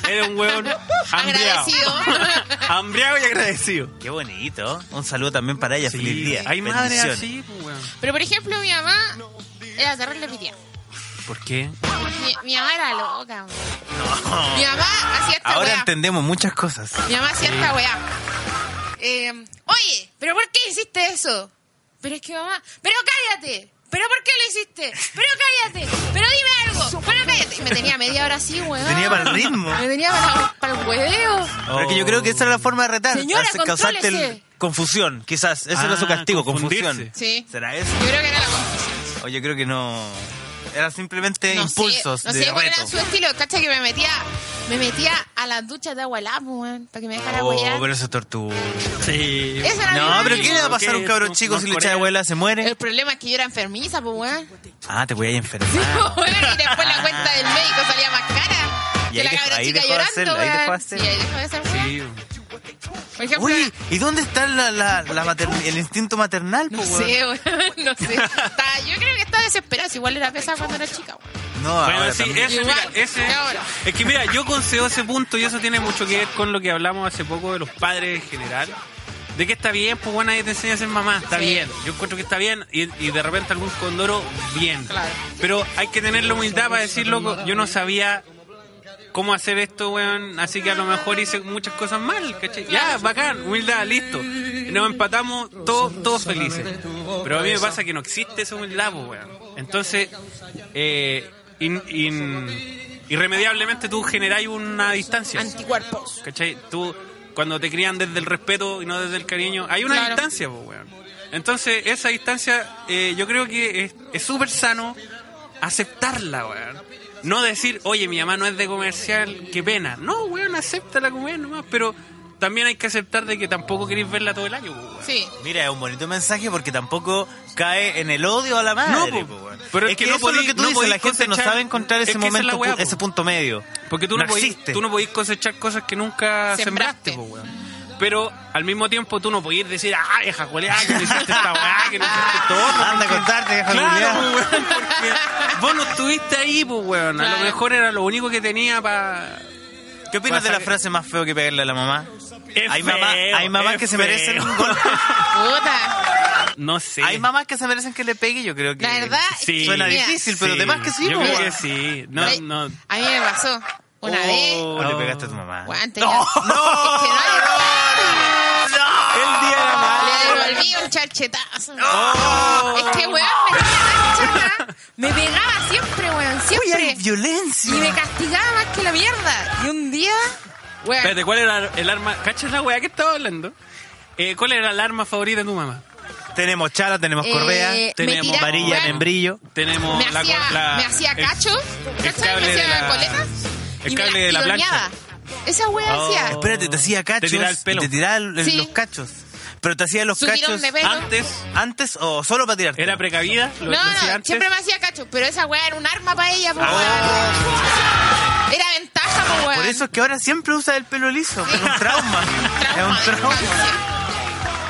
era un hueón hambriado. Agradecido. hambriado y agradecido. Qué bonito. Un saludo también para ella. Feliz Sí, día. Hay madres Bendiciones. así, pues, weón. Pero, por ejemplo, mi mamá era terrible pitía. ¿Por qué? Mi, mi mamá era loca, weón. Mi mamá hacía esta Oh, Ahora weá. entendemos muchas cosas. Mi mamá hacía esta weá. Eh, Oye, ¿pero por qué hiciste eso? Pero es que mamá... ¡Pero cállate! ¿Pero por qué lo hiciste? ¡Pero cállate! ¡Pero dime algo! ¡Pero cállate! Y me tenía media hora así, weón. Tenía para el ritmo. Me tenía para, para el hueveo. Pero es que yo creo que esa era la forma de retar. Señora, hacer- causarte el- contrólese. confusión, quizás. Ese Ah, era su castigo, confusión. confundirse. Sí. ¿Será eso? Yo creo que era la confusión. O yo creo que no. Era simplemente No sé, impulsos No de sé cuál reto. era su estilo. Cacha que me metía, me metía a las duchas de agua helada, pues, weón, para que me dejara Oh, huear. pero eso es tortura. Sí. Eso era No, mi pero ánimo. ¿qué le va a pasar a un Porque cabro no- chico no si le echa Corea. de abuela se muere? El problema es que yo era enfermiza, pues, weón. Ah, te voy a ir Sí, enfermar. pues, weón, Y después la cuenta del médico salía más cara. Y Que ahí la dejó- cabra ahí chica dejó de llorando, hacerlo, ahí dejó de weón. hacerlo. Sí, ahí dejó de hacer, weón. Sí. Por ejemplo, Oye, ¿y dónde está la, la, la mater- el instinto maternal? no po, weón? sé, weón, no sé. Está- yo creo que estaba desesperada. si Igual era pesada cuando era chica, weón. No, ahora Bueno, sí, también. ese, Igual, mira, ese. de ahora. Es que mira, yo concedo ese punto y eso tiene mucho que ver con lo que hablamos hace poco de los padres en general. De que está bien, pues bueno, nadie te enseña a ser mamá, está Sí. bien. Yo encuentro que está bien y, y de repente algún condoro, bien. Claro. Pero hay que tener la humildad para decir, loco, yo no sabía cómo hacer esto, weón, así que a lo mejor hice muchas cosas mal, ¿cachai? Ya, bacán, humildad, listo. Nos empatamos todos, todos felices. Pero a mí me pasa que no existe esa humildad, pues, weón. Entonces, eh, in- in- irremediablemente tú generáis una distancia. Anticuerpos. ¿Cachai? Tú, cuando te crían desde el respeto y no desde el cariño, hay una Claro. distancia, pues, weón. Entonces, esa distancia, eh, yo creo que es- es súper sano aceptarla, weón. No decir, oye, mi mamá no es de comercial, qué pena. No, weón, acéptala como es nomás, pero también hay que aceptar de que tampoco queréis verla todo el año, pues, weón. Sí. Mira, es un bonito mensaje porque tampoco cae en el odio a la madre. No, po. po, weón. Pero es es que que, no eso es lo podí- que tú no dices, la podí gente no cosechar- sabe encontrar es ese que esa es la momento, weá, po. ese punto medio. Porque tú no, podís, existe. tú no podís cosechar cosas que nunca sembraste, Sembraste. po, weón. Pero al mismo tiempo tú no podís decir, ah, vieja culeada, que no hiciste esta weá, que no hiciste Ah. todo. Anda a contarte, vieja Claro, culiá. po, weón, porque vos no estuviste ahí, pues, weón. A Claro. lo mejor era lo único que tenía para ¿Qué opinas de la frase más feo que pegarle a la mamá? Hay, mamá, hay mamás que se merecen un golpe. Puta. No sé. Hay mamás que se merecen que le pegue, yo creo que. La verdad, Sí. Suena mira, difícil, pero Sí, además que sí, Yo pues, po. creo que sí. No, Ay, no. A mí me pasó una vez. Oh, O le no. pegaste a tu mamá. Guante. ¡No! ya- ¡No! Es que no El día de la madre. le- Le devolví un charchetazo. ¡Oh! Es que, weón, me tenía tan chata. Me pegaba siempre, weón, Uy, hay siempre. Y violencia. me castigaba más que la mierda. Y un día, weón, Espérate, ¿cuál era el arma? ¿Cachas la weá que estaba hablando? Eh, ¿Cuál era el arma favorita de tu mamá? Tenemos chala, tenemos Eh, correa, me tenemos tira- varilla, bueno. membrillo. Tenemos me la, hacía, la- me hacía el- cacho. el ¿Cachai? cable Me de hacía la- coletas. el y cable me de la tironeaba. Esa weá Oh. hacía. Espérate, te hacía cachos. tiraba el pelo. y Te tiraba el- el- Sí. los cachos. Pero te hacía los Su cachos tirón de pelo. antes, antes o solo para tirarte. ¿Era precavida? ¿Lo- No, lo hacía antes? no, Ah, siempre me hacía cacho, pero esa weá era un arma para ella, po, weón. Era ventaja, po, weón. Ah. Por eso es que ahora siempre usa el pelo liso. Es un trauma. es Trauma un de trauma. infancia.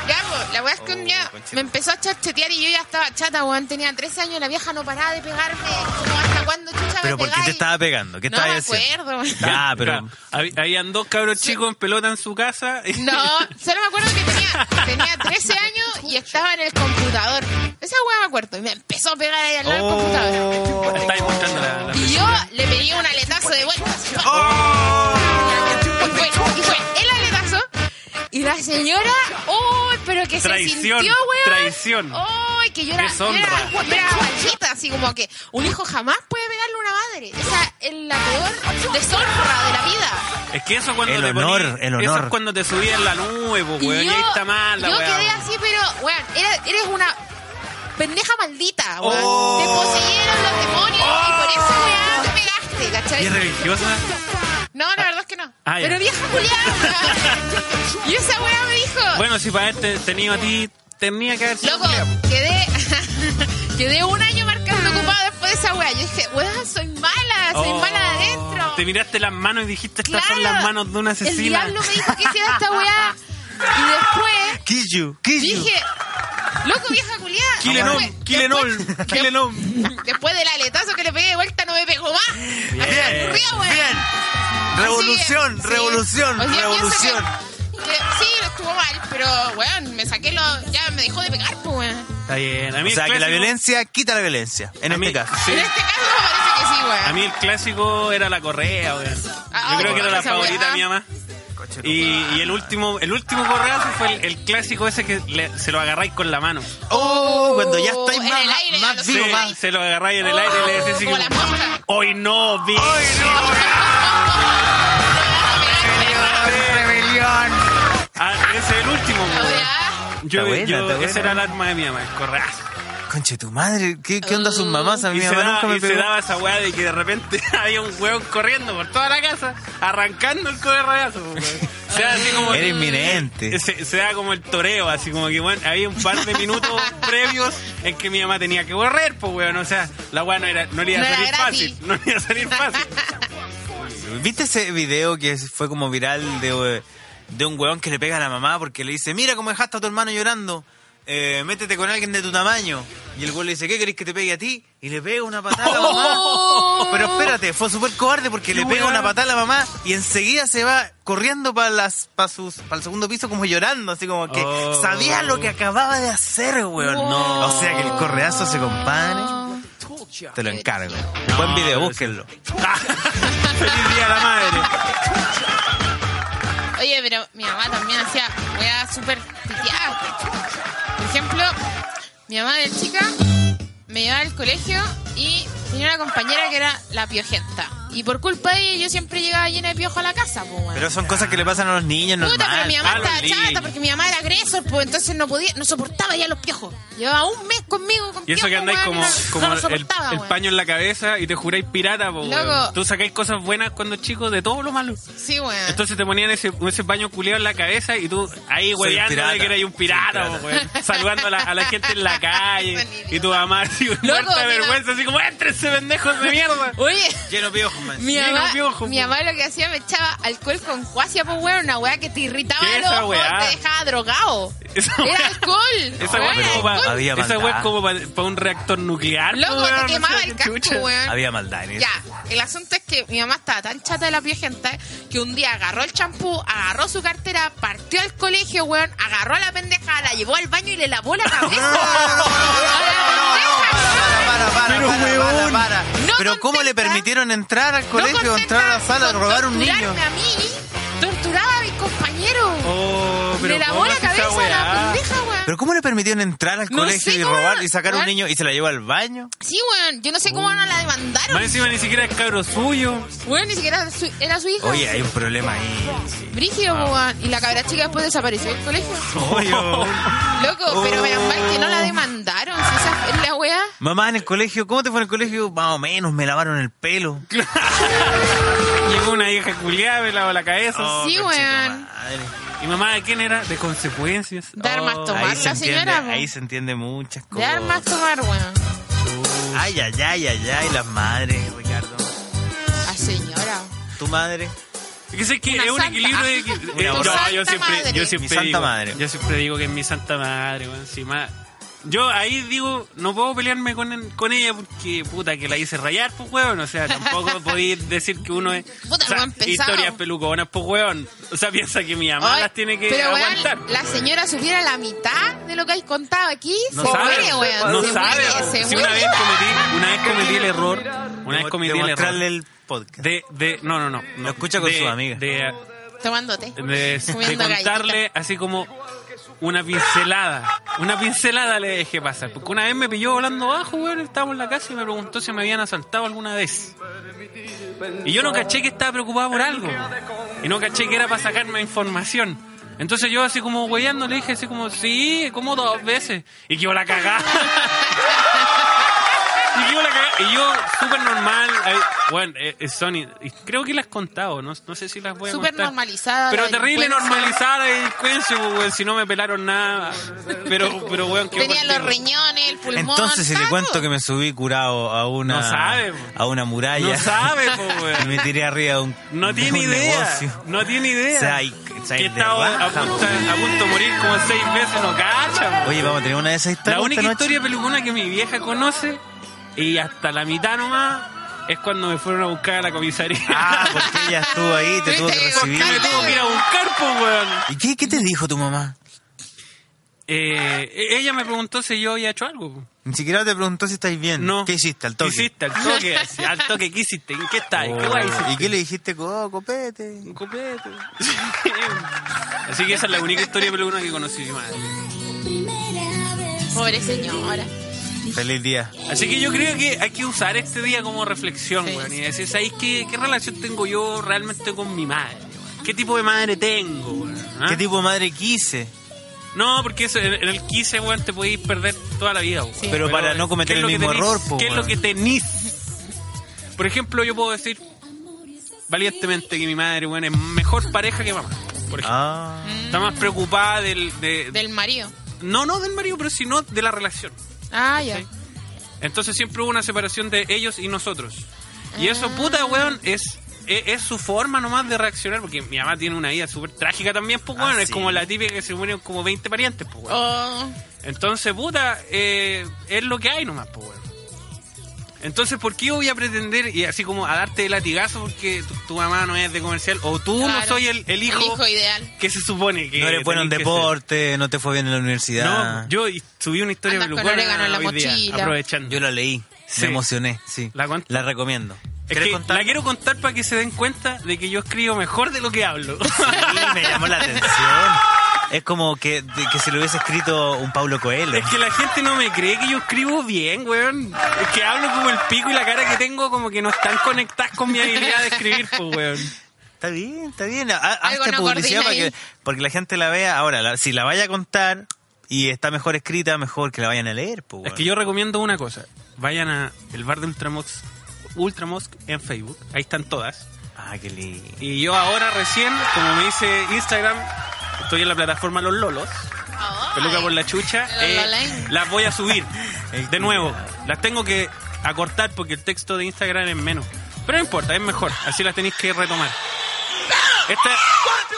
Ya, po, la weá es que un día Oh, conchita. me empezó a charchetear y yo ya estaba chata, weón. Tenía 13 años, la vieja no paraba de pegarme. Como, ¿Hasta cuándo chucha Pero me ¿por qué te pegáis? estaba pegando? ¿Qué No estaba me haciendo? acuerdo, weón. Ya, Claro, pero. hab- ah, Habían dos cabros chicos en pelota en su casa. y- No, solo me acuerdo que tenía, tenía 13 años y estaba en el computador. Esa weá me acuerdo. Y me empezó a pegar ahí al lado del computador. Oh. Estáis mostrando la, la Y yo le pegué un aletazo de vuelta. así, ¡pam! Y fue, y fue el aletazo. Y la señora, uy, pero que Traición, se sintió, weón. traición. Uy, que yo era, yo Deshonra. era, yo era bajita, así como que un hijo jamás puede pegarle a una madre. Esa es la peor deshonra de la vida. Es que eso cuando El te honor, ponís- el Eso honor. es cuando te subías en la nube, po, Y weón. Y, ahí está mal la yo weá. quedé así, pero, weón, eres, eres una pendeja maldita, weón. Oh. Te poseyeron los demonios y por eso, weón, te pegaste, ¿Y ¿cachai? es religiosa? No, la verdad es que no. Ah, ya. pero vieja culiada. y esa weá me dijo, Bueno, si para este tenido a ti, tenía que haber sido loco, quedé, quedé un año marcando ocupado después de esa weá. Yo dije, weón, soy mala, soy Oh. mala de adentro. Te miraste las manos y dijiste, estas Claro. son las manos de una El asesina. diablo me dijo que hiciera esta weá. Y después... Kill you, kill you. Dije, loco vieja culiada. Kilenol, Después- Kilenol, después- Kilenol. Después del aletazo que le pegué de vuelta, no me pegó más. Bien, Bien. Revolución, revolución, revolución. sí, lo estuvo mal, pero, weón, me saqué lo... Ya me dejó de pegar, pues, weón. Está bien. A mí O el sea, que la clásico- violencia quita la violencia. En a mí- este caso. sí. En este caso parece que sí, weón. A mí el clásico era la correa, weón. Ah, Yo creo que era la esa favorita weá. de mi mamá. Y, y el último el último correazo fue el, el clásico ese que le- se lo agarráis con la mano. Oh, cuando ya estáis en más, el aire, a más los vivo, ojos. más. Se lo agarráis en el aire y le decís así Oh, Como la como, mosca. ¡Hoy no, bitch! Rebelión. Ah, ese es el último, La weón. weá. Yo, Está buena, yo- está buena. ese era el arma de mi mamá, el correazo. Conche tu madre, ¿qué, qué onda sus mamás? A Y mi se, mamá nunca daba, me y se pegó. daba esa weá de que de repente había un weón corriendo por toda la casa, arrancando el correazo. po, weón. O sea, así como Era inminente. se, se da como el toreo, así como que bueno, había un par de minutos previos en que mi mamá tenía que correr, pues weón. O sea, la weá no, era, no le iba a No era salir gratis. fácil. No le iba a salir fácil. ¿Viste ese video que fue como viral de, eh, de un weón que le pega a la mamá porque le dice, mira cómo dejaste a tu hermano llorando, eh, métete con alguien de tu tamaño? Y el weón le dice, ¿qué querés que te pegue a ti? Y le pega una patada a la mamá. Pero espérate, fue súper cobarde porque le pega weón. una patada a la mamá y enseguida se va corriendo para las para sus para el segundo piso como llorando, así como que Oh. sabía lo que acababa de hacer, weón. No. O sea que el correazo se compadre. Te lo encargo. Buen video, búsquenlo. Feliz día a la madre. Oye, pero mi mamá también hacía weá súper piteada. Por ejemplo, mi mamá de chica me llevaba al colegio y tenía una compañera que era la piojenta. Y por culpa de ella yo siempre llegaba llena de piojo a la casa, pues weón. Pero son cosas que le pasan a los niños, normal. Puta, pero mi a mamá los estaba chata niños. porque mi mamá era agresor, pues entonces no podía, no soportaba ya los piojos. Llevaba un mes conmigo con Y eso piojos, que andáis weón, como, no- como no lo el, soportaba, el weón. paño en la cabeza y te juráis pirata, po, Loco. weón. Tú sacáis cosas buenas cuando chicos de todo lo malo. Sí, weón. Entonces te ponían ese, ese paño culiado en la cabeza y tú ahí pirata. hueveándole que eras un pirata, Soy po, weón. saludando a la, a la gente en la calle Son y tu mamá así, muerta de mira. vergüenza, así como, ¡éntrense, pendejos de mierda! Oye, Lleno piojo. más Mi encima. mamá, piojo, mi po. mamá lo que hacía me echaba alcohol con cuasia, pues weón, una weá que te irritaba ¿Qué es los esa ojos, weá? te dejaba drogado. Esa Era weá- alcohol. Esa weón, weá es era como para Había maldad. un reactor nuclear. Loco, weón, no te sé quemaba qué el casco, chucha. weón. Había maldad en eso. Ya, el asunto es que mi mamá estaba tan chata de la pie gente que un día agarró el champú, agarró su cartera, partió al colegio, weón, agarró a la pendeja, la llevó al baño y le lavó la cabeza. No, no, no, no, ¡A la pendeja, para, para, para, para, Pero, para, para, weón. para. No Pero ¿cómo contenta. le permitieron entrar al No colegio, contenta entrar a la sala, con robar a un niño? torturarme a mí, torturaba a mis compañeros. Oh, pero le lavó ¿cómo la hace esa cabeza a la weá? pendeja, weón. ¿Pero cómo le permitieron entrar al No colegio sé y cómo robar no- y sacar a un weón. niño y se la llevó al baño? Sí, weón, yo no sé cómo no la demandaron. Más encima ni siquiera es cabro suyo. Weón, ni siquiera era su, era su hijo. Oye, hay un problema ahí. sí. Brígido, Ah. po, weón. Y la cabra chica después desapareció del colegio. Oye, oh. Loco, pero menos mal que no Oh. la demandaron. Si esa es la weá. Mamá, en el colegio, ¿cómo te fue en el colegio? Más o menos, me lavaron el pelo. Llegó una hija culiada, me lavó la cabeza. Oh, Sí, conchito weón. madre. ¿Y mamá de quién era? De consecuencias. Dar más Oh, tomar. Ahí Tomar se, la entiende, señora, po. ahí se entiende muchas De cosas. armas tomar, weón. Ay, ay, ay, ay, ay, las madres, Ricardo. La señora. ¿Tu madre? Es que sé que Una es un santa. equilibrio de. Una no, santa yo siempre, madre. yo siempre Mi santa digo, madre. Yo siempre digo que es mi santa madre, weón. Sí, ma- Yo ahí digo, no puedo pelearme con, con ella porque puta que la hice rayar, pues weón. O sea, tampoco podéis decir que uno es. Puta, o sea, weón, pesado. historias peluconas, pues weón. O sea, piensa que mi mamá Ay, las tiene que pero, weón, aguantar. la señora supiera la mitad de lo que hay contado aquí. No se sabe, muere, weón. no se sabe. muere, se si muere. una vez cometí, una vez cometí el error, una vez Demo- cometí el error demostrarle el podcast. de, de, no, no, no, no, Lo escucha con de- su amiga. de, Tomándote. de, Eh, de Comiendo contarle así como una pincelada, una pincelada le dejé pasar, porque una vez me pilló volando abajo, weón, estábamos en la casa y me preguntó si me habían asaltado alguna vez. Y yo no caché que estaba preocupado por algo. Y no caché que era para sacarme información. Entonces yo así como weyando le dije así como, sí, como dos veces. Y que yo la cagada. y que yo la cagá. Y yo, súper normal. ay, Bueno, eh, eh, son i- y creo que las he contado, no, no sé si las voy a Súper contar. normalizada Pero la terrible delincuencia. normalizada la delincuencia, pues, weón, si no me pelaron nada. Pero, pero weón, qué Tenía los contigo. riñones, el pulmón. Entonces, si le taco. cuento que me subí curado a una, No sabe, po. a una muralla No sabe, pues, y weón. me tiré arriba de un, No de tiene un idea. negocio. No tiene idea. O sea, hay- o sea, que hay de estaba a baja, punto, a punto de morir como seis veces, no cacha. pues. Oye, vamos a tener una de esas historias. La única esta noche? historia pelucona que mi vieja conoce, y hasta la mitad nomás, es cuando me fueron a buscar a la comisaría. Ah, porque ella estuvo ahí, te tuvo que Viste, recibir. me tuvo que ir a buscar, pues, weón. ¿Y qué, qué te dijo tu mamá? Eh, ella me preguntó si yo había hecho algo. pues. po. Ni siquiera te preguntó si estáis bien. No. ¿Qué hiciste al toque? ¿Qué hiciste? Al toque. así, al toque, ¿qué hiciste? ¿En qué estás? Oh. ¿Qué guay hiciste? ¿Y qué le dijiste? Oh, copete. Un copete. Así que esa es la única historia pelucona que conocí, madre. Pobre señora. Feliz día. Así que yo creo que hay que usar este día como reflexión, Sí. weón. Y decir, ¿sabéis qué, qué relación tengo yo realmente con mi madre? weón? ¿Qué tipo de madre tengo, weón? ¿Ah? ¿Qué tipo de madre quise? No, porque eso, en en el 15, weón, te podéis perder toda la vida, weón. Pero para no cometer ¿qué es el lo que mismo tenís? error, po, ¿Qué es lo weón? que tenís? Por ejemplo, yo puedo decir valientemente que mi madre, weón, es mejor pareja que mamá. Por ejemplo. Ah. Está más preocupada del, de- Del marido. No, no del marido, pero sino de la relación. Ah, ya. Sí. Entonces siempre hubo una separación de ellos y nosotros. Y eso, puta, weón, es, e- es, su forma nomás de reaccionar, porque mi mamá tiene una vida súper trágica también, pues, Ah, weón. Es sí. como la típica que se murieron como 20 parientes, pues, weón. Oh, Entonces, puta, eh, es lo que hay nomás, pues, weón. Entonces, ¿por qué yo voy a pretender, y así como a darte el latigazo porque tu, tu mamá no es de comercial, o tú no claro. soy el, el hijo, El hijo ideal. que se supone que... No eres bueno en tenés que ser? deporte, no te fue bien en la universidad. No, yo y- subí una historia Andas con pelucona orégano en la hoy día, mochila. aprovechando. Yo la leí, Sí. me emocioné, sí. ¿La cuánto? recomiendo. Es ¿Querés que contar? la quiero contar para que se den cuenta de que yo escribo mejor de lo que hablo. Sí, me llamó la atención. Es como que, de- que si lo hubiese escrito un Pablo Coelho. es que la gente no me cree que yo escribo bien, weón. Es que hablo como el pico y la cara que tengo como que no están conectadas con mi habilidad de escribir, pues, weón. Está bien, está bien. Ha- ha- Algo Hazte no publicidad coordina para que, ahí. porque la gente la vea. Ahora, la- si la vaya a contar y está mejor escrita, mejor que la vayan a leer. po, Es weón. que yo recomiendo una cosa. Vayan a el bar de Ultramox, Ultramosk en Facebook. Ahí están todas. Ah, qué lindo. Y yo ahora recién, como me dice Instagram, estoy en la plataforma Los Lolos. Ay. Peluca por la chucha. Pero eh, lo leen. las voy a subir. De nuevo, las tengo que acortar porque el texto de Instagram es menos. Pero no importa, es mejor. Así las tenéis que retomar. Esta,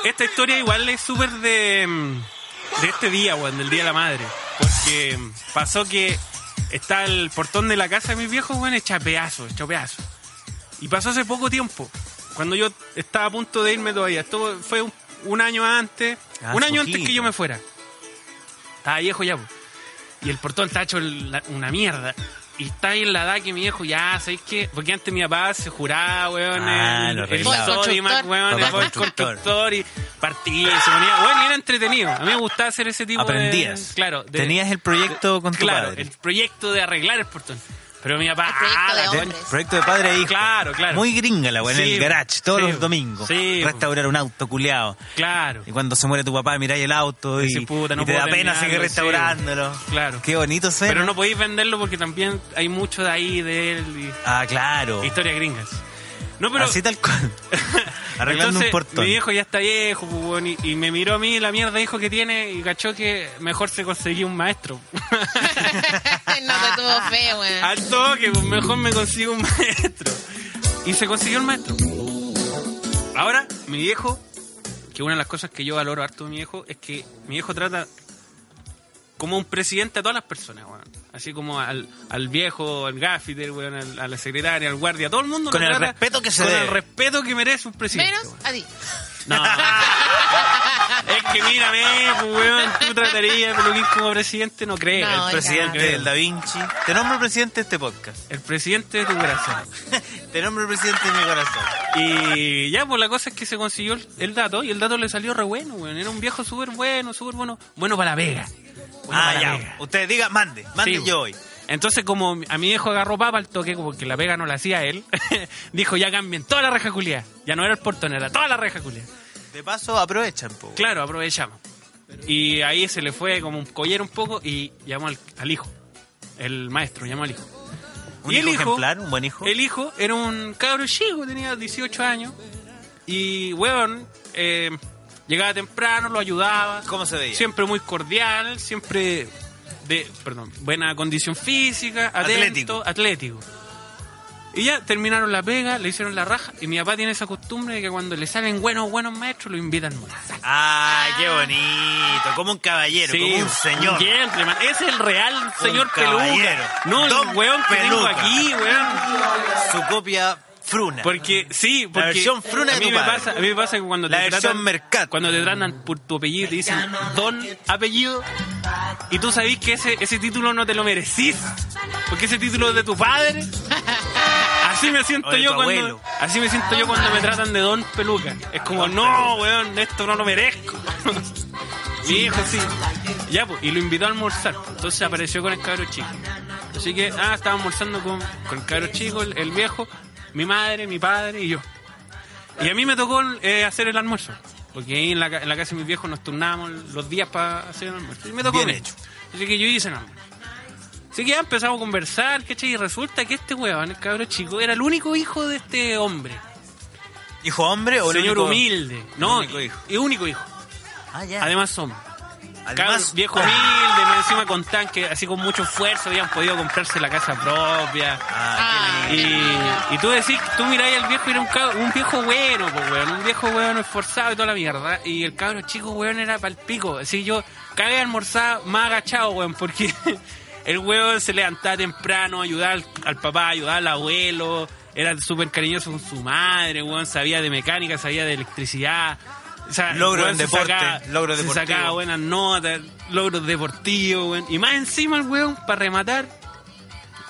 esta historia igual es súper de, mm, de este día, weón, del Día de la Madre. Porque mm, pasó que está el portón de la casa de mis viejos, weón, hecha pedazos, hecho pedazos. Y pasó hace poco tiempo, cuando yo estaba a punto de irme todavía. Esto fue un, un año antes, Ah, un año antes poquito. que yo me fuera. Estaba viejo ya, po. Y el portón está hecho la- una mierda. Y está ahí en la edad que mi viejo ya, ¿sabéis qué? Porque antes mi papá se juraba, weón. Ah, el, lo el arreglaba. Sodimac, Constructor. weón, Papá el constructor. constructor y partía y se ponía. Bueno, y era entretenido. A mí me gustaba hacer ese tipo de. Aprendías. Claro. de- Ah, Tenías el proyecto con tu Claro, padre. el proyecto de arreglar el portón. Pero mi El papá. proyecto de ah, hombre. De- proyecto de padre e hijo. Claro, claro. Muy gringa la weá, en Sí, el garage, todos sí, los domingos. sí, Restaurar un auto culeado. Claro. Y cuando se muere tu papá, miráis el auto y, Decís, puta, no y te puedo da pena seguir terminarlo, sí. restaurándolo. Claro. Qué bonito suena. Pero no podéis venderlo porque también hay mucho de ahí, de él. Ah, claro. Y historias gringas. No, pero. Así tal cual. Arreglando Entonces, un portón. Mi viejo ya está viejo, pues, weón, y, y me miró a mí la mierda de hijo que tiene y cachó que mejor se conseguía un maestro. no te tuvo fe, Ah, weón. Al toque, pues, mejor me consigo un maestro. Y se consiguió un maestro. Ahora, mi viejo, que una de las cosas que yo valoro harto de mi viejo es que mi viejo trata como un presidente a todas las personas, weón. Así como al, al viejo, al gaffiter, weón, al- a la secretaria, al guardia, a todo el mundo. Con lo el trata respeto que se Con debe. el respeto que merece un presidente. Menos weón. a ti. No. es que mírame, pues, weón, tú tratarías de Peluquín como presidente, no creo. No, El Oiga. presidente Creo. del Da Vinci. Te nombro presidente de este podcast. El presidente de tu corazón. Te nombro presidente de mi corazón. Y ya, pues la cosa es que se consiguió el, el dato y el dato le salió re bueno, weón. Era un viejo súper bueno, súper bueno. Bueno para la vega. Bueno ah, para la ya. vega. Ustedes digan, mande, mande Sí, yo hoy. weón. Entonces, como a mi viejo agarró papa al toque, porque la pega no la hacía él, dijo: Ya cambien toda la reja culia. pues, Ya no era el portón, era toda la reja culia. De paso, aprovechan, po. weón. Claro, aprovechamos. Y ahí se le fue como un collero un poco y llamó al, al hijo. El maestro llamó al hijo. Un y hijo el hijo- ejemplar, un buen hijo. El hijo era un cabro chico, tenía 18 años. Y, weón, eh, llegaba temprano, lo ayudaba. ¿Cómo se veía? Siempre muy cordial, siempre de, perdón, buena condición física, atento, atlético. Y ya terminaron la pega, le hicieron la raja. Y mi papá tiene esa costumbre de que cuando le salen buenos, buenos maestros, lo invitan mucho. Ay, qué Ah. bonito. Como un caballero, como un señor. gentleman. Es el real señor caballero. peluca. No, Don el weón que tengo Peluca. aquí, weón. Su copia fruna. Porque, sí, porque. versión fruna de a mí tu me padre. pasa, A mí me pasa que cuando La te versión tratan. Mercat. Cuando te tratan por tu apellido y te dicen don apellido. Y tú sabés que ese, ese título no te lo merecís. Porque ese título es de tu padre. Así me O siento de yo tu cuando. abuelo. Así me siento yo cuando me tratan de don peluca. Es como, Don no, weón, esto no lo merezco. Mi hijo sí. Ya, pues, y lo invitó a almorzar. Entonces apareció con el cabro chico. Así que, ah, estaba almorzando con, con el cabro chico, el, el viejo, mi madre, mi padre y yo. Y a mí me tocó eh, hacer el almuerzo. Porque ahí en la, ca- en la casa de mis viejos nos turnábamos los días para hacer el almuerzo. Y me tocó Bien a mí. hecho. Así que yo hice el almuerzo. Así que ya empezamos a conversar, ¿cachai? Y resulta que este weón, el cabro chico, era el único hijo de este hombre. ¿Hijo hombre o el Señor único- humilde. No, único hijo. y único hijo. Ah, ya. Además somos. Además, ah. viejo humilde, más encima contan que así con mucho esfuerzo habían podido comprarse la casa propia. Ah, Y, y tú decís, tú miráis al viejo y era un, cab- un viejo bueno, pues, weón, un viejo bueno esforzado y toda la mierda. Y el cabro chico, weón, era pal pico. Así yo cada vez almorzaba más agachado, weón, porque el weón se levantaba temprano, ayudaba al, al papá, ayudaba al abuelo, era súper cariñoso con su madre, weón, sabía de mecánica, sabía de electricidad. O sea, el Logro weón en se deporte, sacaba- logro se deportivo. sacaba buenas notas, logros deportivos, weón. Y más encima el weón, para rematar,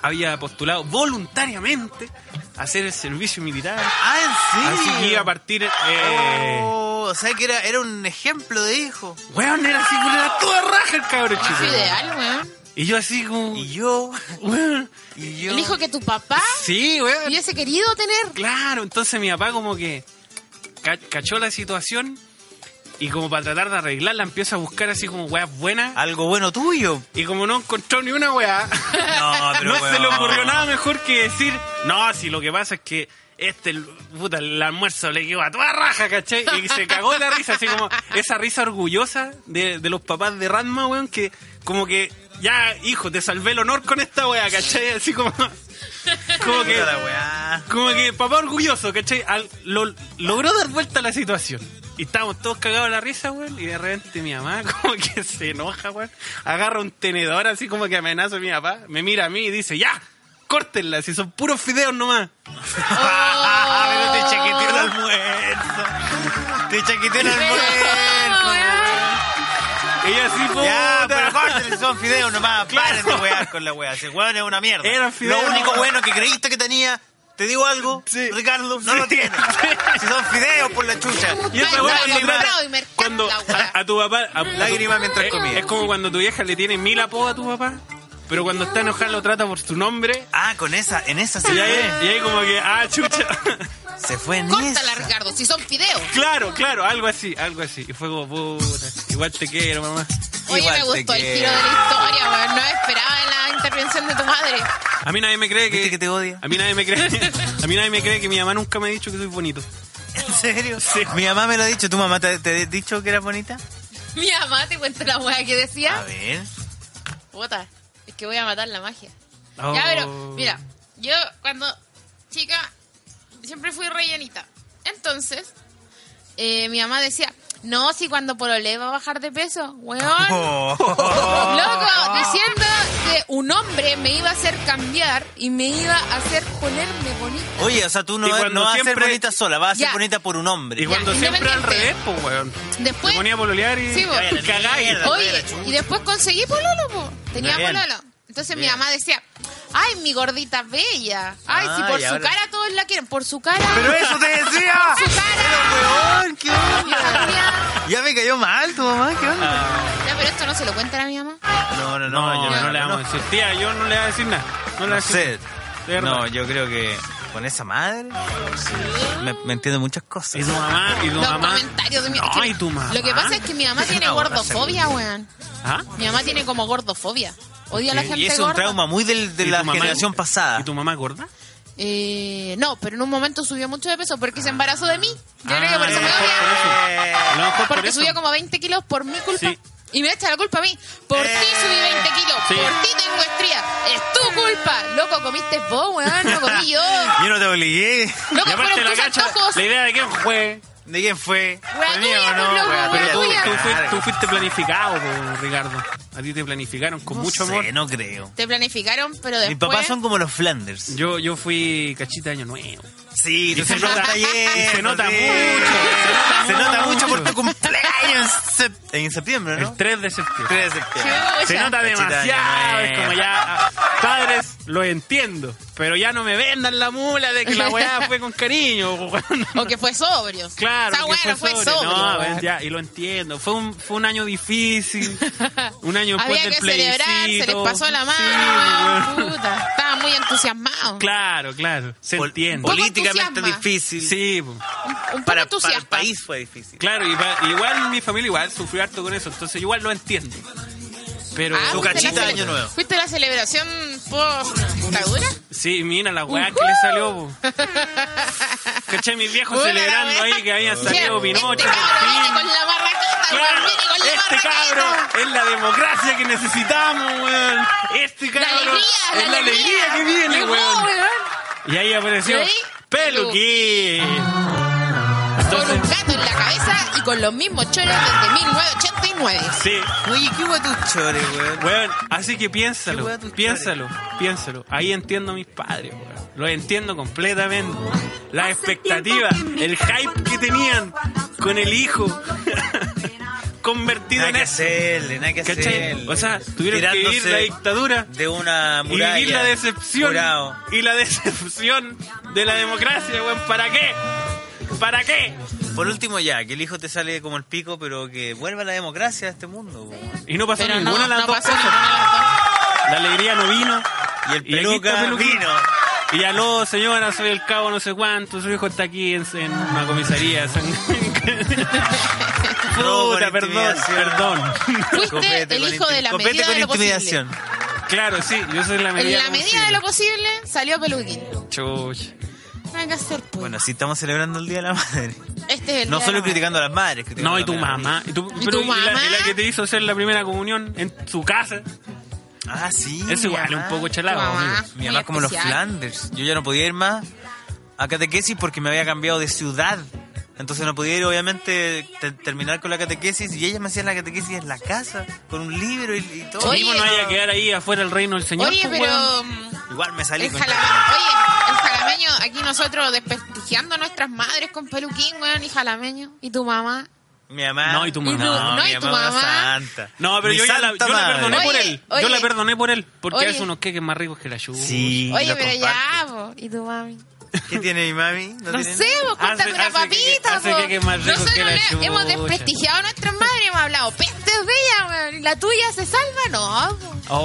había postulado voluntariamente a hacer el servicio militar. Ah, ¿en Así serio? que iba a partir. Eh, Oh, o sea que era, era un ejemplo de hijo. Weón, era así, weón, era toda raja el cabro Es chico. ideal, weón. Y yo así como. Y yo, weón, y yo. El hijo que tu papá sí, weón. hubiese querido tener. Claro, entonces mi papá como que ca- cachó la situación Y como para tratar de arreglarla, empieza a buscar así como weas buenas. Algo bueno tuyo. Y como no encontró ni una wea, No, pero no se weón. le ocurrió nada mejor que decir, no, si lo que pasa es que este, el- puta, el almuerzo le quedó a toda raja, ¿cachai? Y se cagó de la risa, así como esa risa orgullosa de, de los papás de Ranma, weón, que como que, ya, hijo, te salvé el honor con esta wea, ¿cachai? Así como... Como que, Puta la weá. como que papá orgulloso, ¿cachai? Al- lo- logró dar vuelta a la situación. Y estábamos todos cagados de la risa, weón. Y de repente mi mamá como que se enoja, weón. Agarra un tenedor así como que amenaza a mi papá. Me mira a mí y dice, ya, córtenla, si son puros fideos nomás. Pero te chaqueteó el almuerzo. Te chaqueteó el almuerzo. Y yo así, Ya, pero puta. córtenle, son fideos nomás. Claro. Paren de wear con la wea. Ese weón es una mierda. Eran fideos. Lo único bueno que creíste que tenía, te digo algo, Sí. Ricardo, no Sí. lo tiene. Sí. Si son fideos por la chucha. Y esa weá Ay, cuando, lágrima. trata- Ay, me encanta, cuando weá. a, a tu papá... a- Lágrima mientras es, comía. es como cuando tu vieja le tiene mil apodos a tu papá, pero cuando está enojada lo trata por su nombre. Ah, con esa, en esa se Y ahí, fue. y ahí como que, ah, chucha. Se fue en Córtala, esa. Ricardo, si son fideos. Claro, claro, algo así, algo así. Y fue como, puta, igual te quiero, mamá. Oye, Igual me te gustó el quiero. giro de la historia, weón. No esperaba la intervención de tu madre. A mí nadie me cree que... ¿Viste que te odia? A mí nadie me cree... A mí nadie me cree que mi mamá nunca me ha dicho que soy bonito. ¿En serio? Mi mamá me lo ha dicho. ¿Tu mamá te, te ha dicho que eras bonita? Mi mamá te cuenta la weá que A decía. ver. Puta, es que voy a matar la magia. Oh. Ya, pero, mira, yo cuando chica siempre fui rellenita. Entonces, eh, mi mamá decía, no, si cuando pololee va a bajar de peso, weón. Oh. Oh. Loco, diciendo que un hombre me iba a hacer cambiar y me iba a hacer ponerme bonita. Oye, o sea, tú no, Y vas- cuando no vas a siempre- ser bonita sola, vas a ser Ya. bonita por un hombre. Y cuando siempre al independiente. revés, pues, weón. Después- Me ponía a pololear y... Sí, vos. Cállate, Cagáis. mierda. Oye, y después conseguí pololo, po. tenía Bien. pololo. Entonces Bien. mi mamá decía, ay, mi gordita bella. Ay, si Ah, por y su ahora- cara todos la quieren, por su cara. Pero eso te decía. Por su cara. Pero, weón, ¿qué Yo onda? sabía- Ya me cayó mal tu mamá, ¿qué onda? Ya, pero esto no se lo cuentan a mi mamá. Ah, No, no, no, No, yo yo no, no, le no, vamos a decir. Tía, yo no le voy a decir nada. No le voy a no decir sé. De verdad. No, yo creo que con esa madre me, me entiendo muchas cosas. Y tu mamá, y tu Los mamá... comentarios de mi No, es que- y tu mamá. Lo que pasa es que mi mamá tiene No, gordofobia, weón. ¿Ah? Mi mamá tiene como gordofobia. Odia a la gente Y es un gorda. trauma muy del- de ¿Y la tu mamá- generación pasada. ¿Y tu mamá gorda? Eh, no, pero en un momento subió mucho de peso porque se embarazó de mí. Yo creo que por Ah, eso me a lo mejor odia. por eso. A lo mejor Ah, por Porque eso. subió como 20 kilos por mi culpa. Sí. Eh, Y me echa la culpa a mí. Por ti subí 20 kilos. Sí. Por ti tengo estrías. Es tu culpa. Loco, comiste vos, weón. No comí yo. Yo no te obligué. Y Loco, aparte fueron la tus cacha, antojos. la idea de quién fue... ¿De quién fue? Wea ¿Fue mía tuya, o no? pues, loco, Wea wea Pero tú, tuya. tú fuiste, tú fuiste planificado, po, Ricardo. A ti te planificaron con mucho No sé, amor. no creo. Te planificaron, pero después... Mis papás son como los Flanders. Yo, yo fui cachita de año nuevo. Sí, tú se siempre nota- estás lleno, y se nota sí. mucho, Se se nota nota mucho. mucho por tu cumpleaños en sep- en septiembre, ¿no? El 3 de septiembre. 3 de septiembre. Chucha. Se nota Cachita de demasiado, año es como nuevo. ya... ah, Padres, lo entiendo, pero ya no me vendan la mula de que la weá fue con cariño. weón. O que fue sobrio. Claro, Esa que weá no fue sobrio. No, weón. ven, ya, y lo entiendo. Fue un, fue un año difícil, un año después Había del que plebiscito. celebrar, se les pasó la mano. Sí, weón, weón. puta. Estaban muy entusiasmados. Claro, claro, se Pol- entiende. Poli- Políticamente entusiasma. difícil. Sí, po. Un poco Para, para el entusiasta. país fue difícil. claro, y pa- igual mi familia igual sufrió harto con eso, entonces igual lo entiendo. Pero Ah, Su fuiste cachita la de cele- año nuevo. ¿Fuiste a la celebración post-dictadura? sí, mira la weá que le salió. po. Caché mis viejos Puta la celebrando weá. ahí que habían Mira, salido Pinocho. Este cabrón Martín. viene con la barraquita, Claro, weón, viene con la este barraquita. cabro es la democracia que necesitamos, weón. Este La cabro alegría, es la alegría, que viene, Llegó, weón. Y ahí apareció ¿Y ahí? Peluquín. Con Entonces, un gato en la cabeza y con los mismos choros desde 1989. sí, Oye, qué guatuchore, weón. weón, así que piénsalo, Qué wea tus piénsalo, piénsalo. Ahí entiendo a mis padres, weón. Los entiendo completamente. Las expectativas, el hype que tenían con el hijo. Convertido Nada en que eso. hacerle, nada que ¿Cachai? hacerle. O sea, tuvieron que vivir Tirándose la dictadura de una y muralla. vivir la decepción Jurado. y la decepción de la democracia, weón. ¿Para qué? ¿Para qué? Por último ya, que el hijo te sale como el pico, pero que vuelva la democracia a este mundo. weón. Y no pasó Pero ninguna no, de las no dos pasó cosas. ninguna de las dos. La alegría no vino. Y el aquí peluca está Peluquín. vino. Y aló, señora, soy el cabo no sé cuánto, su hijo está aquí en, en una comisaría. San- Robo con Puta, perdón, intimidación. perdón. Fuiste Copete el con hijo de la inti- copete medida con de lo posible. intimidación. Claro, sí, yo soy la medida. En la como medida de lo posible. posible salió peluquín. Chuch. No hay que hacer, pues. Bueno, sí estamos celebrando el Día de la Madre. este es el No día solo de la criticando a las madres. criticando No, a y tu las madres. mamá. Y tu, ¿Y pero tu y la- y La, mamá? que te hizo hacer la primera comunión en su casa. Ah, sí. Es mi igual, mamá. un poco chalado. Tu mamá. amigo. Mi Muy mamá es como los especial. Flanders. Yo ya no podía ir más a catequesis porque me había cambiado de ciudad. Entonces no podía ir, obviamente, te- terminar con la catequesis. Y ella me hacía la catequesis en la casa, con un libro y, y todo. Oye, Mismo pues no vaya a no. quedar ahí afuera el reino del Señor. Oye, pues, pero. weón. mm, Igual me salí El con jalameño, oye, el jalameño, aquí nosotros desprestigiando a nuestras madres con peluquín, weón, y jalameño. ¿Y tu mamá? Mi mamá. No, y tu mamá. Y tu- No, no, mi y tu mamá es una mamá. santa. No, pero Mi yo ya la, santa yo la madre. perdoné por Oye, él. Yo la oye. perdoné por él. Porque Oye. hace unos queques más ricos que la yuca. Sí, Oye, lo pero ya, comparto. po. ¿Y tu mami? ¿Qué tiene mi mami? No, No tiene sé, nada. vos, cuéntame Hace- una hace papita, que- hace que- que po. más rico Nosotros que la le- chucha. hemos desprestigiado a nuestras madres, hemos hablado pestes de ella, weón. ¿Y la tuya se salva? No, po. Oh.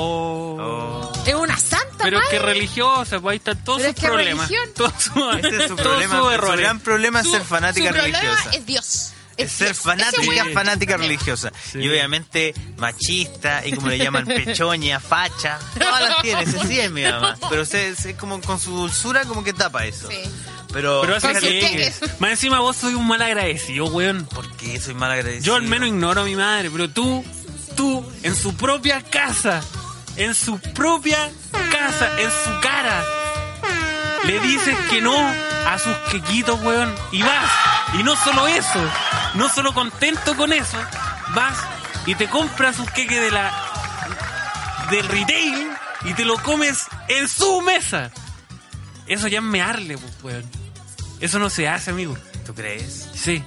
Oh. Es una santa Pero es madre. que religiosa, pues ahí están todos Pero sus es que problemas. religión. Todos sus Ese Este es su todos problema. sus Su errores. gran problema es ser fanática Su religiosa. problema es Dios. Es ser Dios. Ese fanática, weón es fanática el problema. religiosa. Y obviamente machista, y como le llaman, pechoña, facha. Todas las tiene, ese sí es mi mamá. Pero se, se- como con su dulzura como que tapa eso. Sí. Pero, Pero hace Con sus fíjate queques. Más encima vos soy un mal agradecido, weón. que soy mal agradecido. Yo al menos ignoro a mi madre, pero tú, tú, en su propia casa, en su propia casa, en su cara, le dices que no a sus quequitos, weón, y vas. Y no solo eso, no solo contento con eso, vas y te compras un queque de la del retail y te lo comes en su mesa. Eso ya es mearle, pues, weón. Eso no se hace, amigo. ¿Tú crees? Sí.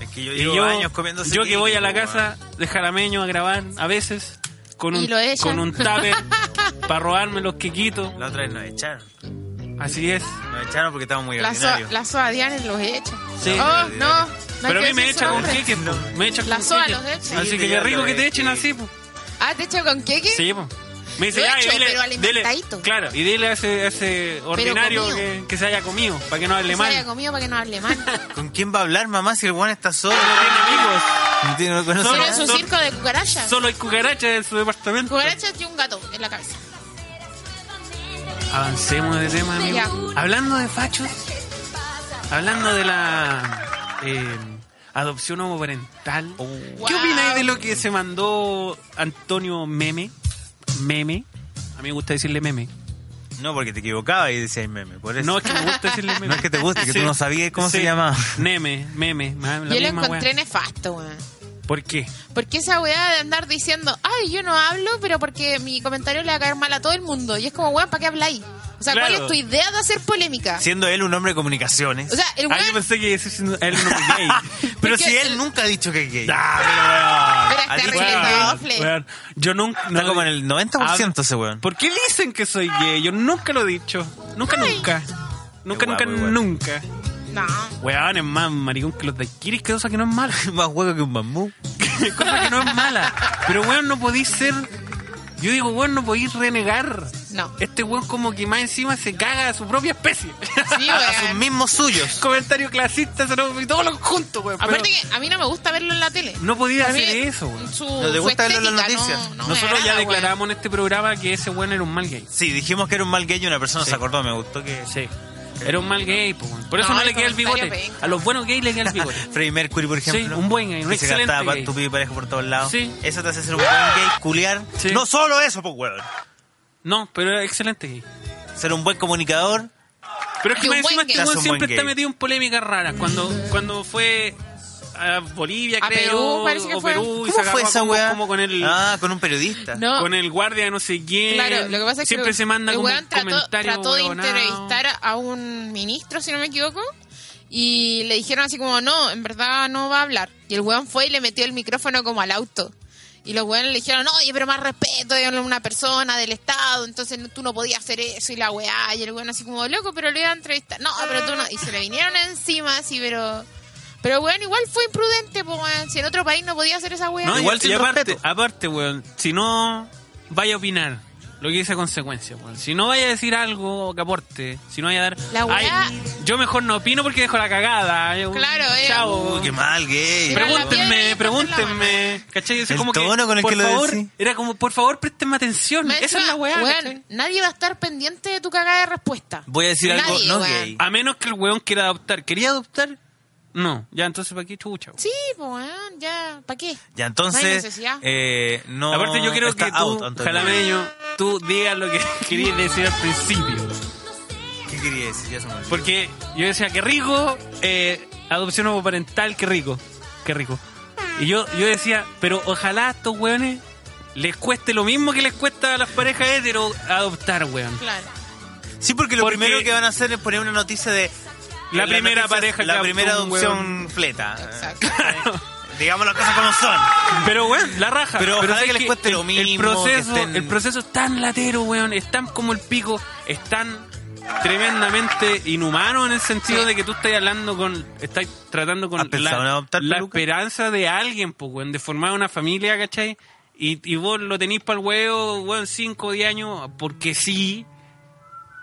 Es que yo Y llevo yo, años comiendo yo que voy a la casa de jalameño a grabar a veces con Y un, lo echan. con un tupper para robarme los quequitos. La otra vez nos echaron. Así es. Nos echaron porque estábamos muy La soa, ordinarios. la soa Diana los echa. Sí. Oh, no. no Pero a mí hay que me decir su echan con nombre. queques, po. Me echan La con Ah. soa queques. los echa. Así Sí, que ya qué rico lo que te es, echen sí. así, po. Ah, ¿te echa con queque? Sí, po. Me dice, Lo ya, echo, y dile, pero dile- alimentadito. claro, y dile a ese, a ese ordinario que, que se haya comido, para que no hable Que se mal. haya comido para que no hable mal. ¿Con quién va a hablar mamá si el guan está solo? No tiene amigos, No tiene- no conoce Pero Solo nada. es un son- circo de cucarachas. solo hay cucarachas en su departamento. Cucarachas y un gato en la cabeza. Avancemos de tema, amigo. Ya. Hablando de fachos, hablando de la eh, adopción homoparental, ¿qué Wow. opináis de lo que se mandó Antonio Meme? Meme. A mí me gusta decirle meme. No, porque te equivocabas y decías meme. Por eso. No es que me gusta decirle meme. No es que te guste, que tú no sabías cómo se llamaba. Meme, meme. ma- la Yo lo misma encontré wea. nefasto, weón. ¿Por qué? Porque esa weá de andar diciendo, ay, yo no hablo, pero porque mi comentario le va a caer mal a todo el mundo. Y es como, weón, ¿para qué habláis? O sea, ¿cuál Claro. es tu idea de hacer polémica? Siendo él un hombre de comunicaciones. O sea, el Ah, yo weón. pensé que ese es un- él no es gay. pero porque si él el- nunca ha dicho que es gay. Ah, Pero Al está dicho weón, arreglado, weón, Fle. weón. Yo nunca. Está como en el Ah, 90% ese weón. ¿Por qué dicen que soy gay? Yo nunca lo he dicho. Nunca, nunca. Nunca, Qué nunca, guapo, igual. nunca. No. Weón, es más maricón que los daiquiris, que cosa que no es mala. Más hueco que un bambú. cosa que no es mala. Pero weón, no podís ser... Yo digo, weón, no podís renegar. No. Este weón como que más encima se caga a su propia especie. Sí, A Ah, sus weón. mismos suyos. Comentario clasista, se lo- y todos los juntos, weón. pero Aparte que a mí no me gusta verlo en la tele. No podía A mí hacer eso, weón. Su, No te su gusta verlo en las estética noticias. No, no me Nosotros ya agrada, weón. declaramos en este programa que ese weón era un mal gay. Sí, dijimos que era un mal gay y una persona Sí. se acordó. Me gustó que. Sí. Era un mal gay, po, weón. Por eso no, No, le el queda el bigote. comentario penca. A los buenos gays le queda el bigote. Freddie Mercury, por Sí, ejemplo. un buen gay, un que se excelente gastaba gay. tu pibe pareja por todos lados. Sí. Eso te hace ser un buen gay, culiar. Sí. No solo eso, pues weón. no, pero era excelente gay. Ser un buen comunicador. Pero es que Y más un encima buen este gay. weón Caso un siempre buen está gay. metido en polémicas raras. Cuando, cuando fue a Bolivia, A creo, Perú, parece que o fue. Perú, y se ¿Cómo agarró fue esa como, weá? como con el... Ah, con un periodista. No. Con el guardia de no sé quién. Claro, lo que pasa Eh, es Siempre que se manda el como weón un comentario trató de huevonao. entrevistar a un ministro, si no me equivoco, y le dijeron así como, no, en verdad no va a hablar. Y el weón fue y le metió el micrófono como al auto. Y los weones le dijeron, oye, pero más respeto, es una persona del Estado, entonces no- tú no podías hacer eso y la weá. Y el weón así como, loco, pero lo iba a entrevistar. No, pero tú no. Y se le vinieron encima así, pero... Pero weón, igual fue imprudente, pues, weón. Si en otro país no podía hacer esa weá. No, Igual y, sin y aparte, respeto. aparte, weón, si no vaya a opinar lo que dice consecuencia. weón. Si no vaya a decir algo que aporte, si no vaya a dar. La weá- "Ay, yo mejor no opino porque dejo la cagada. Ay, Claro, eh. Chao. Uy, qué mal, gay. Pero- Pregúntenme, pregúntenme. ¿Cachai? Es El como que, tono con el por que lo favor, decís. Era como, por favor, préstenme atención. Más Esa es la encima, weá. weón, ¿cachai? nadie va a estar pendiente de tu cagada de respuesta. Voy a decir algo Nadie, no weón. gay. Ah. A menos que el weón quiera adoptar. ¿Quería adoptar? No. Ya, entonces, ¿para qué chucha? weón? Sí, pues, weón, ya, ¿para qué? Ya, No hay entonces, necesidad. eh, no. Aparte, yo creo está que out, tú, Antonio. jalameño, tú digas lo que querías decir al principio. ¿Qué quería decir? Ya se me olvidó. Porque yo decía, qué rico, eh, adopción homoparental, qué rico, qué rico. Y yo, yo decía, pero ojalá a estos weones les cueste lo mismo que les cuesta a las parejas hetero adoptar, weón. Claro. Sí, porque lo Porque- primero que van a hacer es poner una noticia de. La primera pareja que La primera adoptó un adopción fleta. Exacto. Digamos las cosas como son. Pero, weón, la raja. Pero ojalá sabes que les cueste lo El mismo, proceso, que estén- el proceso es tan latero, weón, es tan como el pico, es tan tremendamente inhumano en el sentido Sí. de que tú estás hablando con, estás tratando con ¿Has pensado en la, adoptar la peluca? esperanza de alguien, pues, weón, de formar una familia, ¿cachai? Y, y vos lo tenís para el huevo, weón, 5 o 10 años, porque sí.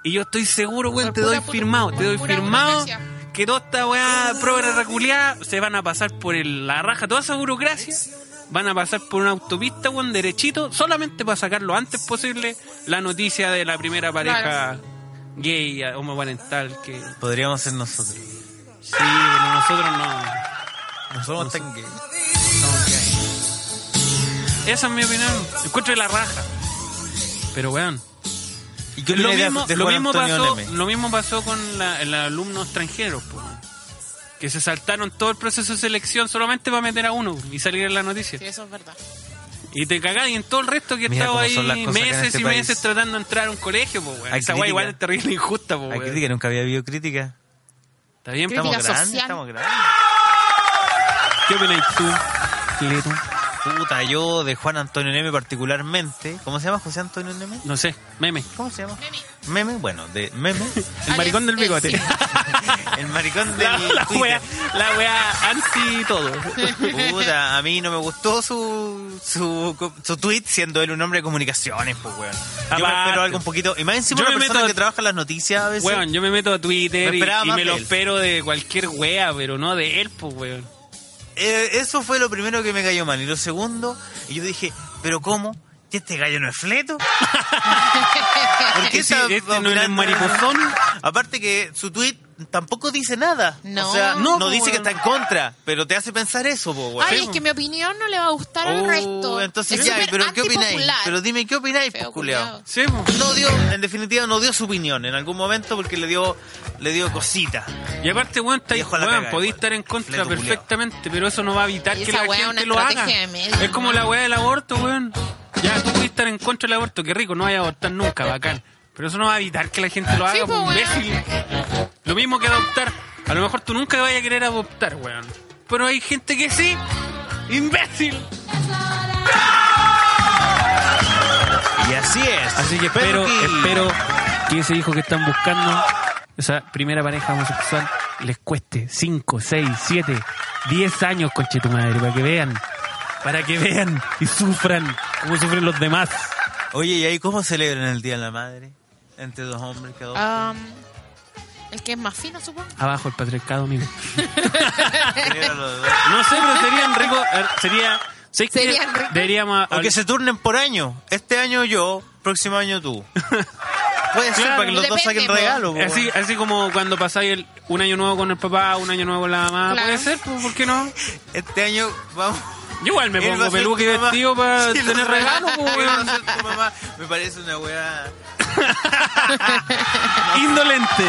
Y yo estoy seguro, weón, Por te doy pura puto- firmado, te por doy pura firmado burocracia. que toda esta weá progre reculeada se van a pasar por el- la raja, toda esa burocracia, van a pasar por una autopista, weón, derechito, solamente para sacar lo antes posible la noticia de la primera pareja Claro. gay, homoparental, que Podríamos ser nosotros. sí, pero nosotros no. No somos tan gay. Esa es mi opinión, encuentro de la raja. Pero weón, ¿Y qué lo opinas de- mismo, de lo, Juan mismo Antonio pasó, Leme? lo mismo pasó con la- el alumno extranjero, po, weón. que se saltaron todo el proceso de selección solamente para meter a uno y salir en la noticia. Sí, eso es verdad. Y te cagás y en todo el resto que he Mira estado cómo ahí son las cosas acá en meses este y país. meses tratando de entrar a un colegio, po, weón. Hay Esa weá crítica. igual es terrible e injusta, po, Hay weón. crítica, nunca había habido crítica. Está bien, Crítica po. Estamos grandes, social. estamos grandes. ¿Qué opinas tú, Cleto? Puta, yo de Juan Antonio Neme particularmente. ¿Cómo se llama José Antonio Neme? No sé, meme. ¿Cómo se llama? Meme. Meme, bueno, de Meme. Ah, El Alias maricón del bigote. Elsie. El maricón de la, la Twitter. weá, la weá ansi y todo. Puta, a mí no me gustó su, su, su tweet siendo él un hombre de comunicaciones, pues, weón. Yo me Aparte. espero algo un poquito. Y más encima Yo una me persona meto- que trabaja en las noticias a veces. Weón, yo me meto a Twitter Me y, esperaba y más me de lo él. espero de cualquier weá, pero no de él, po, weón. Eh, eso fue lo primero que me cayó mal. Y lo segundo, y yo dije, ¿pero cómo? ¿Y este gallo no es fleto? ¿Por qué Sí, está este no es opinando? mariposón. Aparte que su tweet tampoco dice nada. No. O sea, No, no, po, dice que weón. está en contra, pero te hace pensar eso, pues, po, weón. Ay, es que mi opinión no le va a gustar al Oh, resto. Entonces, Es ya, súper pero ¿qué opináis? antipopular. Pero dime, ¿qué opináis, Feo pues, culiao? culiao. Sí, po. No dio, en definitiva, no dio su opinión en algún momento porque le dio, le dio cosita. Y aparte, weón, está ahí, Viejo la weón, cagada, podéis weón. estar en contra Fleto culiao. perfectamente, pero eso no va a evitar Y que esa la weá es gente una lo haga. estrategia de medio, Es como ¿no? la weá del aborto, weón. Ya, tú podés estar en contra del aborto, qué rico, no vaya a abortar nunca, bacán. Pero eso no va a evitar que la gente lo haga, Sí, po, po, weón. imbécil. Lo mismo que adoptar. A lo mejor tú nunca vayas a querer adoptar, weón. Pero hay gente que sí, imbécil. Y así es. Así que espero, espero que ese hijo que están buscando, esa primera pareja homosexual, les cueste 5, 6, 7, 10 años, conche tu madre, para que vean, para que vean y sufran como sufren los demás. Oye, ¿y ahí cómo celebran el Día de la Madre? Entre dos hombres que adoptan. Am, Um, el que es más fino, supongo. Abajo el patriarcado, amigo. Ah, Celebran los dos. No sé, pero serían ricos, eh, sería... ¿sabes qué? Serían ricos. Deberíamos... O que se turnen por año. Este año yo, próximo año tú. Puede ser Claro. para que los dos Depende, saquen po. regalo. po, Así, weón. así como cuando pasáis el- un año nuevo con el papá, un año nuevo con la mamá. Claro. Puede ser, pues, ¿por qué no? Este año vamos. Yo igual me Él va a pongo ser peluca y tu mamá. vestido para Sí, tener lo- regalo, él pues, va a weón. ser tu mamá. Me parece una weá. Indolente.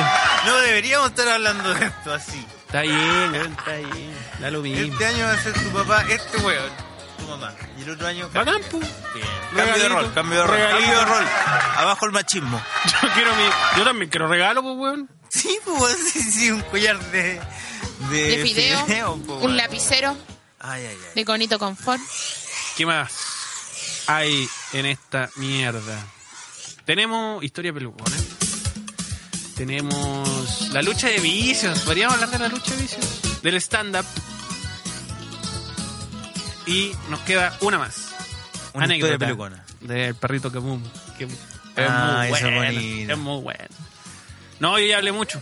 No deberíamos estar hablando de esto así. Está bien, weón, está bien. Da lo mismo. Este año va a ser tu papá, este weón, tu mamá. Y el otro año. Bacán, pu. Bien. pues. Cambio de Regalito. rol, cambio de rol. Regalito. Cambio de rol. Abajo el machismo. Yo quiero mi. Yo también quiero regalo, pues, weón. Sí, pues, sí, sí, un collar de. De, De fideo, fideo, oh, po, un weón. lapicero Ay, ay, ay. de conito confort. ¿Qué más hay en esta mierda? Tenemos historia pelucones. Tenemos la lucha de vicios. Podríamos hablar de la lucha de vicios. Del stand-up. Y nos queda una más. Una historia Anécdota pelucona. Del perrito que boom. Que Es Ah, muy eso es bueno. bonito. Es muy bueno. No, yo ya hablé mucho.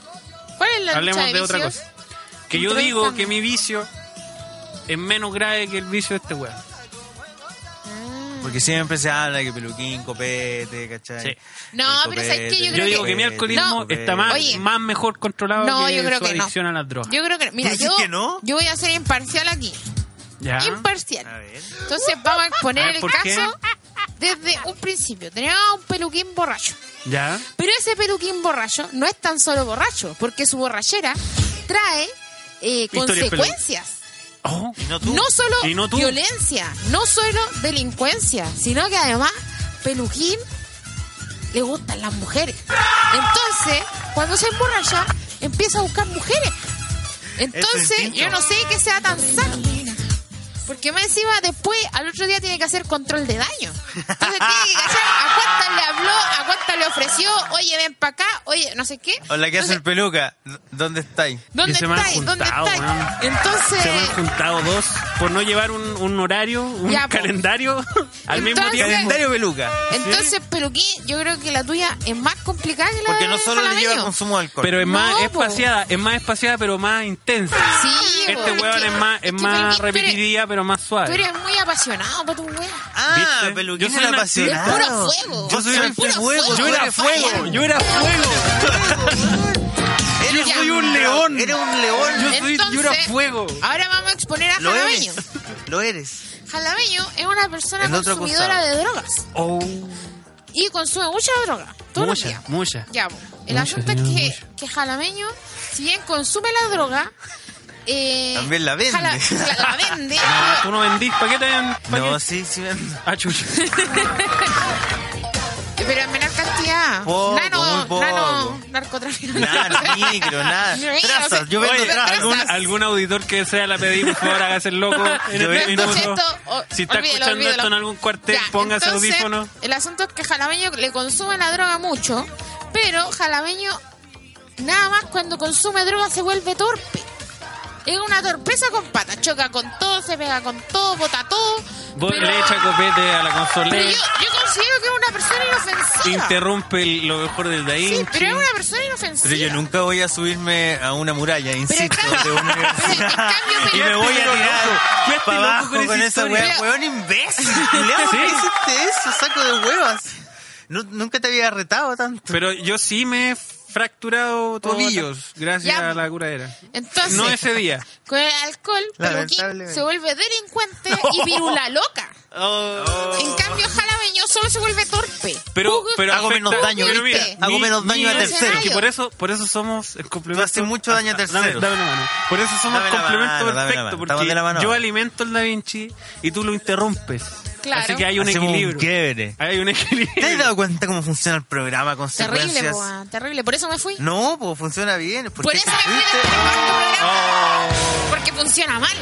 ¿Cuál es la Hablemos lucha de, otra vicios? cosa. Que yo digo Introduzcame. que mi vicio es menos grave que el vicio de este weón. Porque siempre se habla que peluquín, copete, ¿cachai? Sí. No, El pero ¿sabes qué? Yo el creo Yo que- digo Eh, que mi alcoholismo No. está más, Oye. más mejor controlado No, que yo Ah, creo su que no. adicción a las drogas. Yo creo que mira, ¿Tú yo, dices que no? yo voy a ser imparcial aquí. ¿Ya? Imparcial. A ver. Entonces vamos a A exponer ver, el ¿por caso qué? desde un principio. Teníamos un peluquín borracho. ¿Ya? Pero ese peluquín borracho no es tan solo borracho, porque su borrachera trae eh, Historias pelu- consecuencias. Oh, Y no tú. No solo Y no tú. violencia, no solo delincuencia, sino que además peluquín le gustan las mujeres. Entonces, cuando se emborracha, empieza a buscar mujeres. Entonces, instinto. yo no sé que sea tan sano. Porque más encima después, al otro día tiene que hacer control de daño. Entonces tiene que cachar a cuántas le habló, a cuántas le ofreció, oye, ven para acá, oye, no sé qué. Hola, ¿qué hace el Entonces, peluca? ¿Dónde estáis? ¿Dónde Y se me han estáis? ¿Dónde juntado, estáis? weón. Entonces, se me han juntado dos por no llevar un, un horario, un Ya, po. calendario al mismo Entonces- tiempo. Calendario peluca. Entonces, Peluquín, yo creo que la tuya es más complicada que la Porque no del solo le Eh, panameño. lleva el consumo de alcohol. Pero es No, más po. espaciada, es más espaciada pero más intensa. Sí, Este po. weón que- es más, es que, más Peluquín, tú eres- repetitiva pero más Tú suave. eres muy apasionado para tu weá. ah, ¿Viste? peluquín Yo soy era un apasionado. Es puro fuego. Yo soy Soy un puro fuego. fuego. Yo era fuego, yo era fuego. Yo Eres soy un león. Eres un león. Yo soy yo era fuego. Ahora vamos a exponer a Lo Jalameño. eres. Lo eres. Jalameño es una persona En otro consumidora costado. de drogas Oh, y consume mucha droga todos los mucha, días. mucha. Ya, po. el Mucha, asunto es señora, que, mucha. que Jalameño, si bien consume la droga, eh, También la vende. Ah, Jala- la, la vende. No, tú no vendís, ¿para qué te dan? pa' No, qué? sí, sí. ven. Ah, chucha. Pero en menor cantidad. Poco, nano, muy poco. nano, narcotraficante. Nada, micro, nada. Mira, Trazas, yo vendo Oye, tra- trazas. algún, trazas. algún auditor que sea la pedí, por favor, hágase el loco. En Yo este vendo- minuto. Entonces esto, o- si está olvídalo, escuchando olvídalo. esto en algún cuartel, Ya, póngase entonces, audífono. El asunto es que Jalameño le consume la droga mucho, pero Jalameño nada más cuando consume droga se vuelve torpe. Es una torpeza con patas, choca con todo, se pega con todo, bota todo. Vos pero- le echa copete a la pero consola, yo, yo considero que es una persona inofensiva. interrumpe el- lo mejor del Daín. sí, pero es una persona inofensiva. Pero yo nunca voy a subirme a una muralla, insisto, cambio- de una pero en universidad. cambio, y pero- me voy a Pero loco, ¿qué tirar este para loco abajo con con, esa esa historia? weá. Weón imbécil, León, ¿por qué Sí. hiciste eso? Saco de huevas. Nu- nunca te había retado tanto. Pero yo sí me he fracturado Oh, tobillos gracias Ya. a la curadera. Entonces, No ese día. con el alcohol, Peluquín Lamentablemente. se vuelve delincuente y pirula loca. Oh. En cambio, Jalameño solo se vuelve torpe. Pero, Jugo- pero Hago menos afecta- daño, pero ¿viste? Hago menos daño a terceros. Que por eso, por eso somos el complemento. Tú haces mucho daño a Dame- terceros. dame la mano. Por eso somos Dame el la complemento mano, dame la perfecto. mano. Estamos de la Porque mano. yo alimento el Da Vinci y tú lo interrumpes. Claro. Así que hay un Hacemos un equilibrio. quiebre. hay un equilibrio. ¿Te has dado cuenta cómo funciona el programa? terrible, Consecuencias. po, ah, terrible. Por eso me fui. no, pues funciona bien. ¿Por, Por qué eso te me fui de fuiste? este programa. Oh. Porque funciona mal.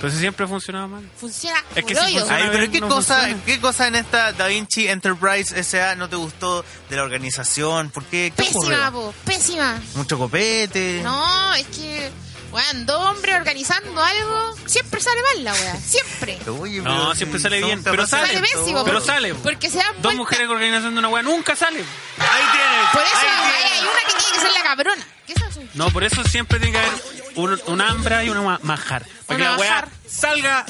Pero si siempre ha funcionado mal. Funciona Es que por sí hoyo. funciona. Ay, Una pero vez ¿qué, no cosa, funciona. ¿qué cosa en esta Da Vinci Enterprise S.A. no te gustó de la organización? ¿Por qué? ¿Qué Pésima, ocurrió? po, pésima. Mucho copete. No, es que, weón, dos hombres organizando algo, siempre sale mal la weá. Siempre. Oye, No, pero siempre si sale son bien, capaces pero sale. de Sale pésimo, todo. Pero po. sale. Porque se dan Dos vuelta. mujeres organizando una weá nunca sale. Ahí tienes. Por eso ahí ahí hay tienes. una que tiene que ser la cabrona. Que esa soy No, por eso siempre tiene que haber un, un hambra y una ma- majar. Para que Una la weá majar. salga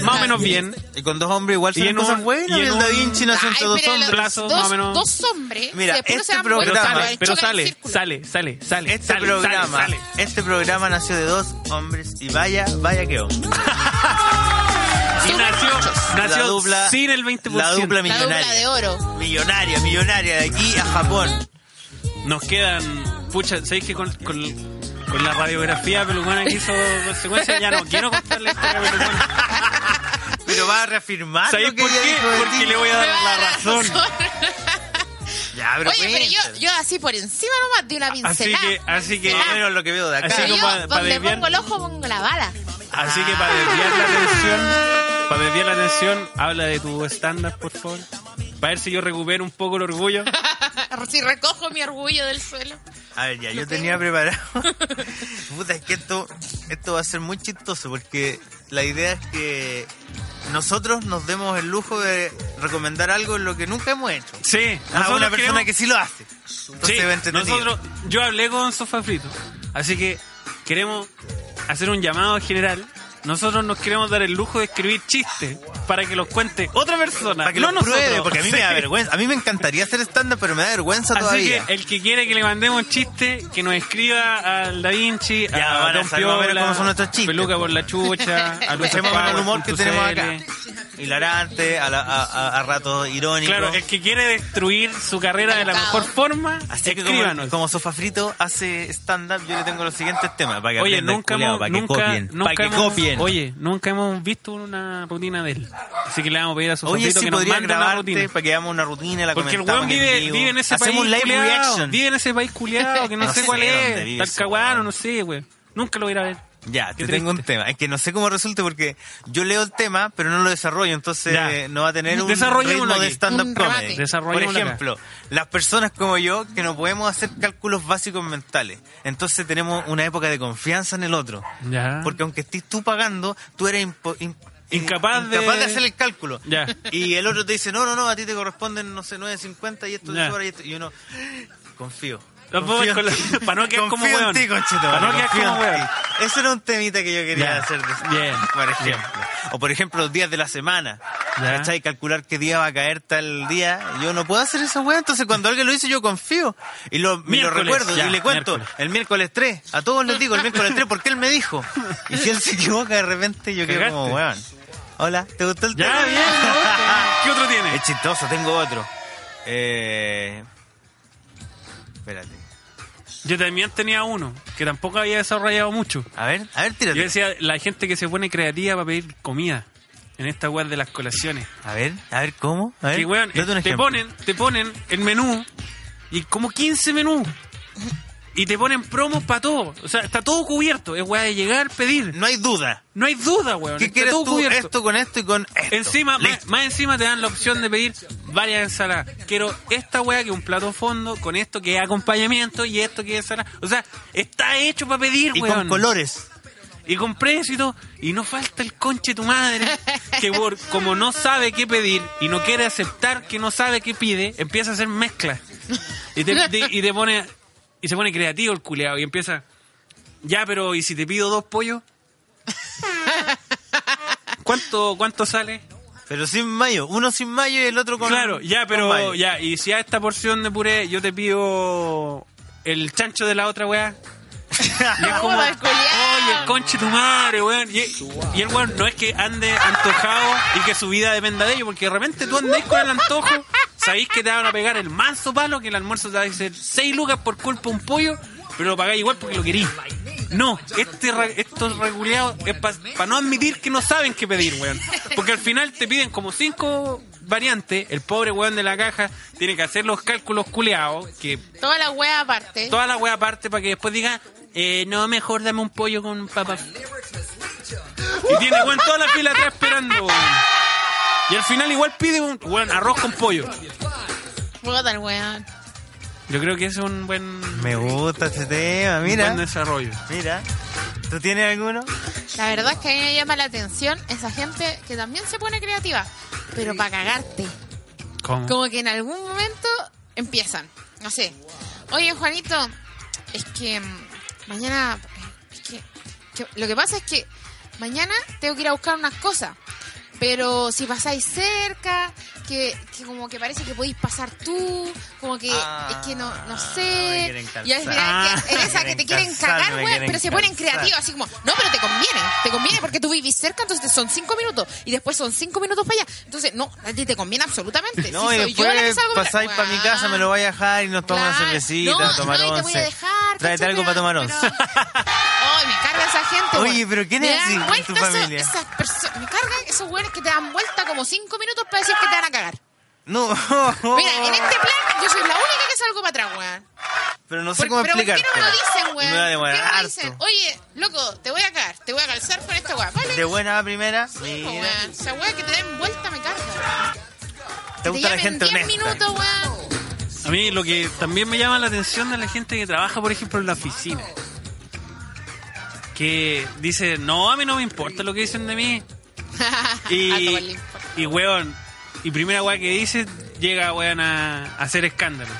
más o menos bien. Y con dos hombres igual Y son en cosas un- buenas. y Y en el pues, Da un- Vinci nació Ay, entre dos pero hombres. los plazo, más o dos, menos. dos hombres. Mira, se puro este se dan Pero vuelta, programa- sale, chocan pero en sale, círculo. sale, sale, sale. Este sale, programa, sale, sale. este programa nació de dos hombres y vaya, vaya que hombre. Y nació, La nació dupla- sin el 20%. La dupla La millonaria. dupla de oro. Millonaria, millonaria, de aquí a Japón. Nos quedan. Pucha, ¿sabéis que con, con, con la radiografía pelucana que hizo consecuencia ya no quiero contarle esta historia pelucana? Pero va a reafirmar. ¿Sabéis lo que por ella qué? dijo de Porque ti. le voy a dar Me va la a dar razón. Ya, pero Oye, pero yo, cuéntale. yo así por encima nomás de una Así pincelada. que, así que. Más o menos lo que veo de acá. Así Pero como yo, pa- pa donde desviar- pongo el ojo, pongo la bala. Así que para desviar la atención, para desviar la atención, habla de tu estándar, por favor. Para ver si yo recupero un poco el orgullo. si recojo mi orgullo del suelo. A ver, ya, yo tenía preparado. Puta, es que esto, esto va a ser muy chistoso porque la idea es que nosotros nos demos el lujo de recomendar algo en lo que nunca hemos hecho. Sí, A una nosotros persona queremos- que sí lo hace. Entonces Sí, va entretenido. nosotros, yo hablé con Sofá Frito, así que queremos hacer un llamado general. Nosotros nos queremos dar el lujo de escribir chistes para que los cuente otra persona. Para que no lo pruebe, nosotros. porque a mí Sí. me da vergüenza. A mí me encantaría hacer stand-up, pero me da vergüenza Así todavía. que el que quiere que le mandemos chistes, que nos escriba al Da Vinci, Ya, a van a Don saber más o menos Piola, cómo son nuestros chistes, Peluca po. por la Chucha, a Luis Empecemos con el Power, humor que punto tenemos CL. acá. Hilarante, a, la- a, a- a ratos irónico. Claro, el que quiere destruir su carrera de la mejor forma, Así que como, escríbanos. como Sofá Frito hace stand-up, yo le tengo los siguientes temas. Para que Oye, aprendan, nunca culiao, hemos, para que nunca, copien. nunca para que hemos- copien. Oye, nunca hemos visto una rutina de él. Así que le vamos a pedir a su Oye, favorito sí que nos podría mande una grabarte rutina. para que hagamos una rutina, la Porque el comentamos weón vive, en vivo. vive en ese Hacemos país live culiao, reaction. Vive en ese país culiado, que no, No sé sé cuál dónde es. vive ese Talcahuano, weón. no sé, güey. Nunca lo voy a ir a ver. Ya, Qué te tengo un triste. tema. Es que no sé cómo resulte porque yo leo el tema, pero no lo desarrollo, entonces Ya. eh, no va a tener un Desarrollémoslo ritmo aquí. de Un stand-up remate. comedy. Por Desarrollémoslo acá. ejemplo, las personas como yo que no podemos hacer cálculos básicos mentales, entonces tenemos una época de confianza en el otro. Ya. Porque aunque estés tú pagando, tú eres impo- in- Incapaz de- incapaz de hacer el cálculo. Ya. Y el otro te dice, no, no, no, a ti te corresponden, no sé, 9.50 y esto, Ya. y ahora y esto. Y uno, confío. Los Confío voy en con la- ti. para no quedar como Confío en weón. ti, conchetumare, Para no quedar confío como en weón. ti. Ese era un temita que yo quería Ya. hacer. de- Bien, Por bien. ejemplo. O por ejemplo, los días de la semana. Ya. ¿Cachai? Calcular qué día va a caer tal día. Yo no puedo hacer esa weá. Entonces, cuando alguien lo dice, yo confío. Y lo, y lo Miércoles, recuerdo. ya, y le cuento. miércoles. El miércoles 3. A todos les digo el miércoles 3 porque él me dijo. Y si él se equivoca de repente, yo quedo como Cagaste. weón. Hola, ¿te gustó el tema? Ya, bien. me gusta. ¿Qué otro tiene? Es chistoso, tengo otro. Eh... Espérate. Yo también tenía uno, que tampoco había desarrollado mucho. A ver, a ver, tírate. Yo decía, la gente que se pone creativa para pedir comida en esta web de las colaciones. A ver, a ver, ¿cómo? A ver, que, weón, ¿Eh? date un te ejemplo. ponen, te ponen el menú y como 15 menús. Y te ponen promos para todo. O sea, está todo cubierto. Es weá de llegar, pedir. No hay duda. No hay duda, weón. ¿Qué está quieres todo tú? cubierto. Esto con esto y con esto. Encima, más, Listo. más encima te dan la opción de pedir varias ensaladas. Quiero esta weá que es un plato fondo, con esto que es acompañamiento y esto que es ensalada. O sea, está hecho para pedir, y weón. con colores. Y con precio y todo. Y no falta el conche tu madre. Que por, como no sabe qué pedir y no quiere aceptar que no sabe qué pide, empieza a hacer mezclas. Y te, te- y te pone. Y se pone creativo el culeado. Y empieza. Ya, pero ¿y si te pido dos pollos? ¿Cuánto, cuánto sale? Pero sin mayo. Uno sin mayo y el otro con. claro, ya, con pero mayo. ya, y si a esta porción de puré yo te pido el chancho de la otra weá. Y es como, Joda, culiao. oye, conche tu madre, weón. Y, y el weón no es que ande antojado y que su vida dependa de ello, porque de repente tú andáis con el antojo, sabéis que te van a pegar el manso palo, que el almuerzo te va a ser 6 lucas por culpa de un pollo, pero lo pagáis igual porque lo querís. No, este, ra- estos reguleados es para no admitir que no saben qué pedir, weón. Porque al final te piden como cinco variantes, el pobre weón de la caja tiene que hacer los cálculos culeados, que Toda la wea aparte. toda la wea aparte para que después diga, eh, no, mejor dame un pollo con papas. Y tiene weón toda la fila atrás esperando, weón. Y al final igual pide un weón, arroz con pollo. Puta el weón. Yo creo que es un buen, Me gusta este tema, un mira. buen desarrollo. Mira. ¿Tú tienes alguno? La verdad es que a mí me llama la atención esa gente que también se pone creativa, pero para cagarte. ¿Cómo? Como que en algún momento empiezan. No sé. Oye, Juanito, es que mm, mañana. Es que, que- lo que pasa es que mañana tengo que ir a buscar unas cosas. Pero si pasáis cerca, que, que como que parece que podéis pasar tú, como que Ah, es que no, no me sé. quieren calzar. Y al final que- en Ah, esa me que quieren te quieren calzar, cagar, me weón, quieren pero se ponen calzar. creativos, así como, no, pero te conviene, te conviene porque tú vivís cerca, entonces son cinco minutos y después son cinco minutos para allá. Entonces, no, a ti te conviene absolutamente. Si No, y soy yo la que después salgo, pasáis para mi weón. casa, me lo vais a dejar y nos tomamos Claro. una cervecita, No, a tomar no, y te voy a once. dejar, Tráete ¿cachai? algo para tomar Pero- once. Ay, me carga esa gente. Oye, weón. pero ¿quién Me es dan así en vuelta tu eso- familia? esas perso- me cargan esos güeyes que te dan vuelta como cinco minutos para decir que te van a cagar. No. Mira, en este plan yo soy la única que salgo para atrás, weón. Pero no sé Por- cómo pero ¿por qué explicarte. no me lo dicen, weón? Me va a ¿Por demorar qué no me harto. dicen? Oye, loco, te voy a cagar, te voy a calzar con esta weá, ¿vale? De buena a primera. Sí, Mira. po, weón. Esa weá que te den vuelta me carga. Te gusta la llamen gente 10 honesta. minutos, weón. A mí lo que también me llama la atención es la gente que trabaja, por ejemplo, en la oficina. Que dice, no, a mí no me importa lo que dicen de mí. A todo le Y, importa. y weón, Y primera weá que dice, llega weón a, a hacer escándalo.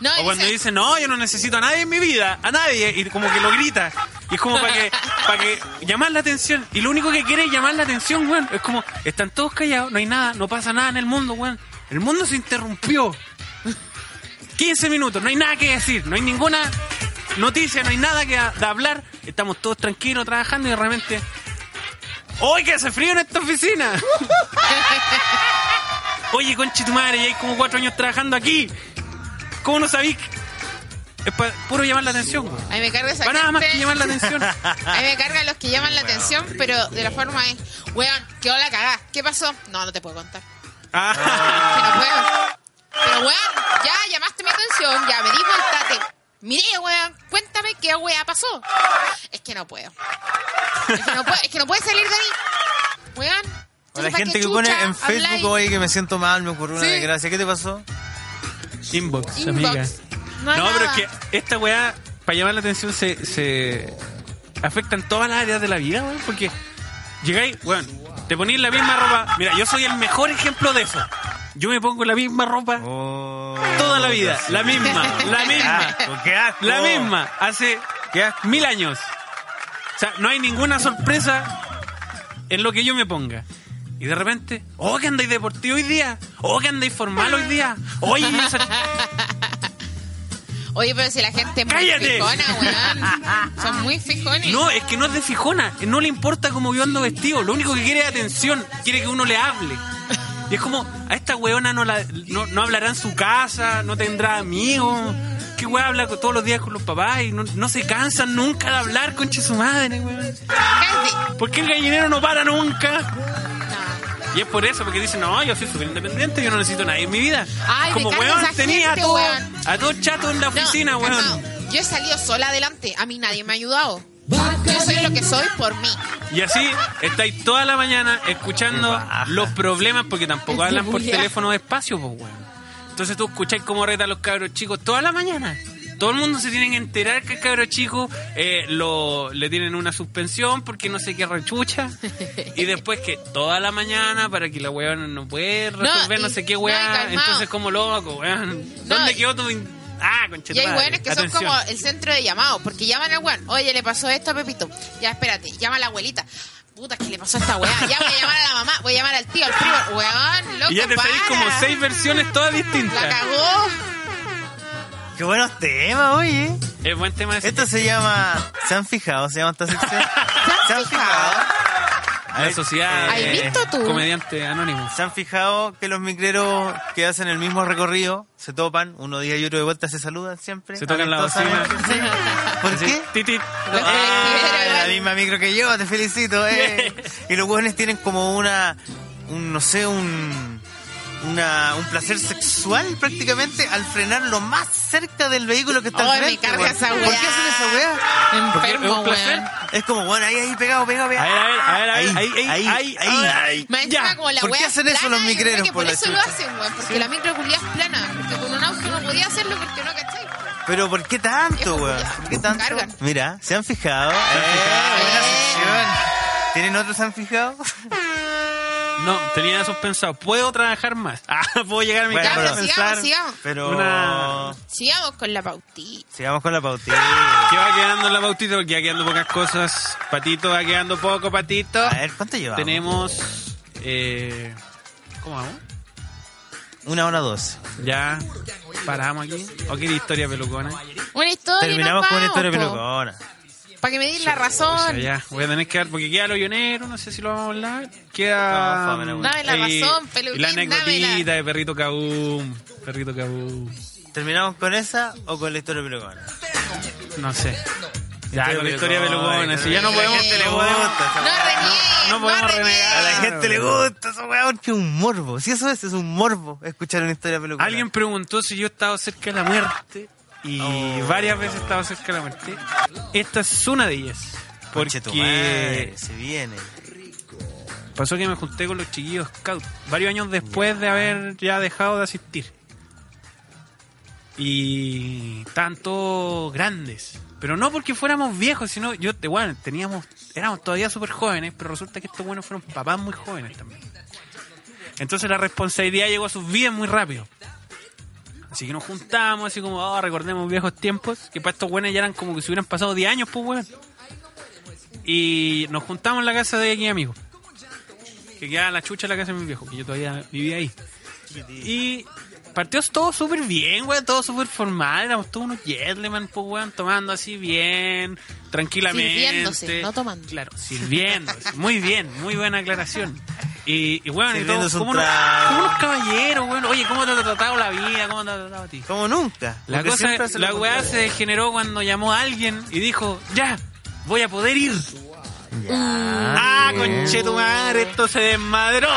No, o cuando dice- dice, no, yo no necesito a nadie en mi vida, a nadie, y como que lo grita. Y es como para que, para que llamar la atención. Y lo único que quiere es llamar la atención, weón. Es como, están todos callados, no hay nada, no pasa nada en el mundo, weón. El mundo se interrumpió. 15 minutos, no hay nada que decir, no hay ninguna noticia, no hay nada que a- de hablar. Estamos todos tranquilos trabajando y de repente. ¡Hoy que hace frío en esta oficina! Oye, conche tu madre, ya hay como cuatro años trabajando aquí. ¿Cómo no sabís? Es para puro llamar la atención, güey. A mí me carga esa Para nada más gente. que llamar la atención. A mí me cargan los que llaman la atención, pero de la forma es, weón, quedó la cagá. ¿Qué pasó? No, no te puedo contar. Ah, Que no puedo. Pero weón, ya llamaste mi atención, ya me di vuelta. Te... Miré, weón, cuéntame qué weá pasó. Es que no puedo. Es que no puedo, es que no puede salir de ahí. Weón. O tú la sepas gente qué que pone chucha en Facebook, habláis. oye, que me siento mal, me ocurrió una Sí. desgracia. ¿Qué te pasó? Inbox, amiga. Inbox. No, hay No, pero es nada. que esta weá, para llamar la atención, se, se afectan todas las áreas de la vida, weón. Porque llegáis, weón, te ponéis la misma ropa. Mira, yo soy el mejor ejemplo de eso. Yo me pongo la misma ropa Oh, toda la vida. Dios La mío. misma, la Qué misma. asco, Ah, qué asco. La misma, hace Qué asco. mil años. O sea, no hay ninguna sorpresa en lo que yo me ponga. Y de repente, oh, que andáis deportivo hoy día, oh, que andáis formal hoy día, oye, Oye, pero si la gente es muy ¡Cállate! fijona, weón. Son muy fijones. no, es que no es de fijona, no le importa cómo yo ando vestido, lo único que quiere es atención, quiere que uno le hable. Y es como, a esta weona no, la, no, no hablará en su casa, no tendrá amigos, que weón habla co- todos los días con los papás y no, no se cansan nunca de hablar, conche su madre, weón. Cállate. ¿Por qué el gallinero no para nunca? No. Y es por eso, porque dicen, no, yo soy súper independiente, yo no necesito a nadie en mi vida. Ay, Como me carga weón, esa tenía gente, a, todo, weón. a todos chatos en la No, oficina, calmao. weón. Yo he salido sola adelante. A mí nadie me ha ayudado. Yo soy lo que soy por mí. Y así estáis toda la mañana Qué escuchando baja. los problemas, porque tampoco Ese hablan por culiao. teléfono despacio, pues, weón. Entonces tú escucháis cómo retan los cabros chicos toda la mañana. Todo el mundo se tiene que enterar que el cabro chico eh, lo, le tienen una suspensión porque no sé qué rechucha. Y después que toda la mañana para que la weona no puede resolver no, y- sé qué no, y weá. calmao. Entonces, como loco, weón. No, ¿Dónde y- quedó tu.? in- Ah, concha Y hay weones que son Atención. como el centro de llamados. Porque llaman al weón. Oye, le pasó esto a Pepito. Ya, espérate. Llama a la abuelita. Puta, que le pasó a esta weá. Ya voy a llamar a la mamá. Voy a llamar al tío, al primo. Weón, loco. Y ya te salís como para. seis versiones todas distintas. La cagó. Qué buenos temas, oye. Es buen tema ese. Esto se llama. ¿Se han fijado? ¿Se llama esta sección? ¿Se han fijado? La sociedad. ¿Has eh, visto tú? Comediante anónimo. ¿Se han fijado que los micreros que hacen el mismo recorrido se topan, uno día y otro de vuelta se saludan siempre? Se tocan la bocina. amistosamente? ¿Por Así, qué? Titi. Ah, la misma micro que yo, te felicito, eh. Y los hueones tienen como una, un, no sé, un, una, un placer sexual prácticamente al frenar lo más cerca del vehículo que está al Ay, me frente, carga weón. esa ¿Por weá. qué hacen esa weá? Es Enfermo, un placer. weón. Es como, bueno, ahí, ahí, pegado, pegado, A ver, pegado. a ver, a ver, a ver. Ahí, Ahí, ahí, ahí, ahí, ahí. Más encima como la ¿Por qué wea hacen es eso los plana, yo creo micreros, que por por la eso lo chucha? hacen, weón. Porque la micro culia es plana. Porque con un auto no podía hacerlo porque no, ¿cachai? Pero ¿por qué tanto, Viejo weón? culiao. ¿Por qué tanto? Cargan. Mira, ¿se han fijado? Eh, buena sección. ¿Tienen otros se han fijado? No, tenía eso pensado. Puedo trabajar más. Ah, puedo llegar a mi Bueno, Ya, casa pero- a pero pensar. sigamos, sigamos. Pero Una- Sigamos con la pautita. sigamos con la pautilla. ¿Qué va quedando en la pautita? Porque va quedando pocas cosas. Patito, va quedando poco, patito. A ver, ¿cuánto llevamos? Tenemos. Eh, ¿Cómo vamos? Una hora doce. Ya. Paramos aquí. ¿O qué historia pelucona? Una historia. Terminamos con una historia pelucona. Para que me den la O sea, razón. ya, voy a tener que dar, porque queda lo guionero, no sé si lo vamos a hablar. No, Queda. fámela, Dame Ah, la eh, razón, peluquín, Y la anecdotita dámela. de perrito cabum. Perrito cabum. ¿Terminamos con esa o con la historia pelucona? No sé. Ya, con Ah, la Pelucona, historia pelucona. Si ya no a la podemos. gente le no podemos- gusta esa No weá. reniegues, no no, podemos reniegues. renegar. A la gente le gusta esa weá porque es un morbo. Si eso es, es un morbo escuchar una historia pelucona. Alguien preguntó si yo he estado cerca de la muerte. Y Oh. varias veces he estado cerca de la muerte. Esta es una de ellas. Conche tu madre, Porque se viene. pasó que me junté con los chiquillos scout varios años después de haber ya dejado de asistir. Y tanto grandes. Pero no porque fuéramos viejos, sino yo, te- bueno, teníamos, éramos todavía súper jóvenes, pero resulta que estos buenos fueron papás muy jóvenes también. Entonces la responsabilidad llegó a sus vidas muy rápido. Así que nos juntamos, así como, oh, recordemos viejos tiempos, que para estos buenos ya eran como que se hubieran pasado 10 años, pues, weón. Y nos juntamos en la casa de aquí, amigo. Que quedaba la chucha en la casa de mi viejo, que yo todavía vivía ahí. Y partió todo súper bien, weón, todo súper formal, éramos todos unos gentlemen, pues, weón, tomando así bien, tranquilamente. Sirviéndose, no tomando. Claro, sirviéndose. Muy bien, muy buena aclaración. Y, y bueno, y todo, Sirviéndose un como, unos, trago. como unos caballeros, weón. Oye, ¿cómo te ha tratado la vida? ¿Cómo te ha tratado a ti? Como nunca. La porque cosa, siempre hace lo la weá se contrario. degeneró cuando llamó a alguien y dijo, ya, voy a poder ir. ah, conche tu madre, esto se desmadró.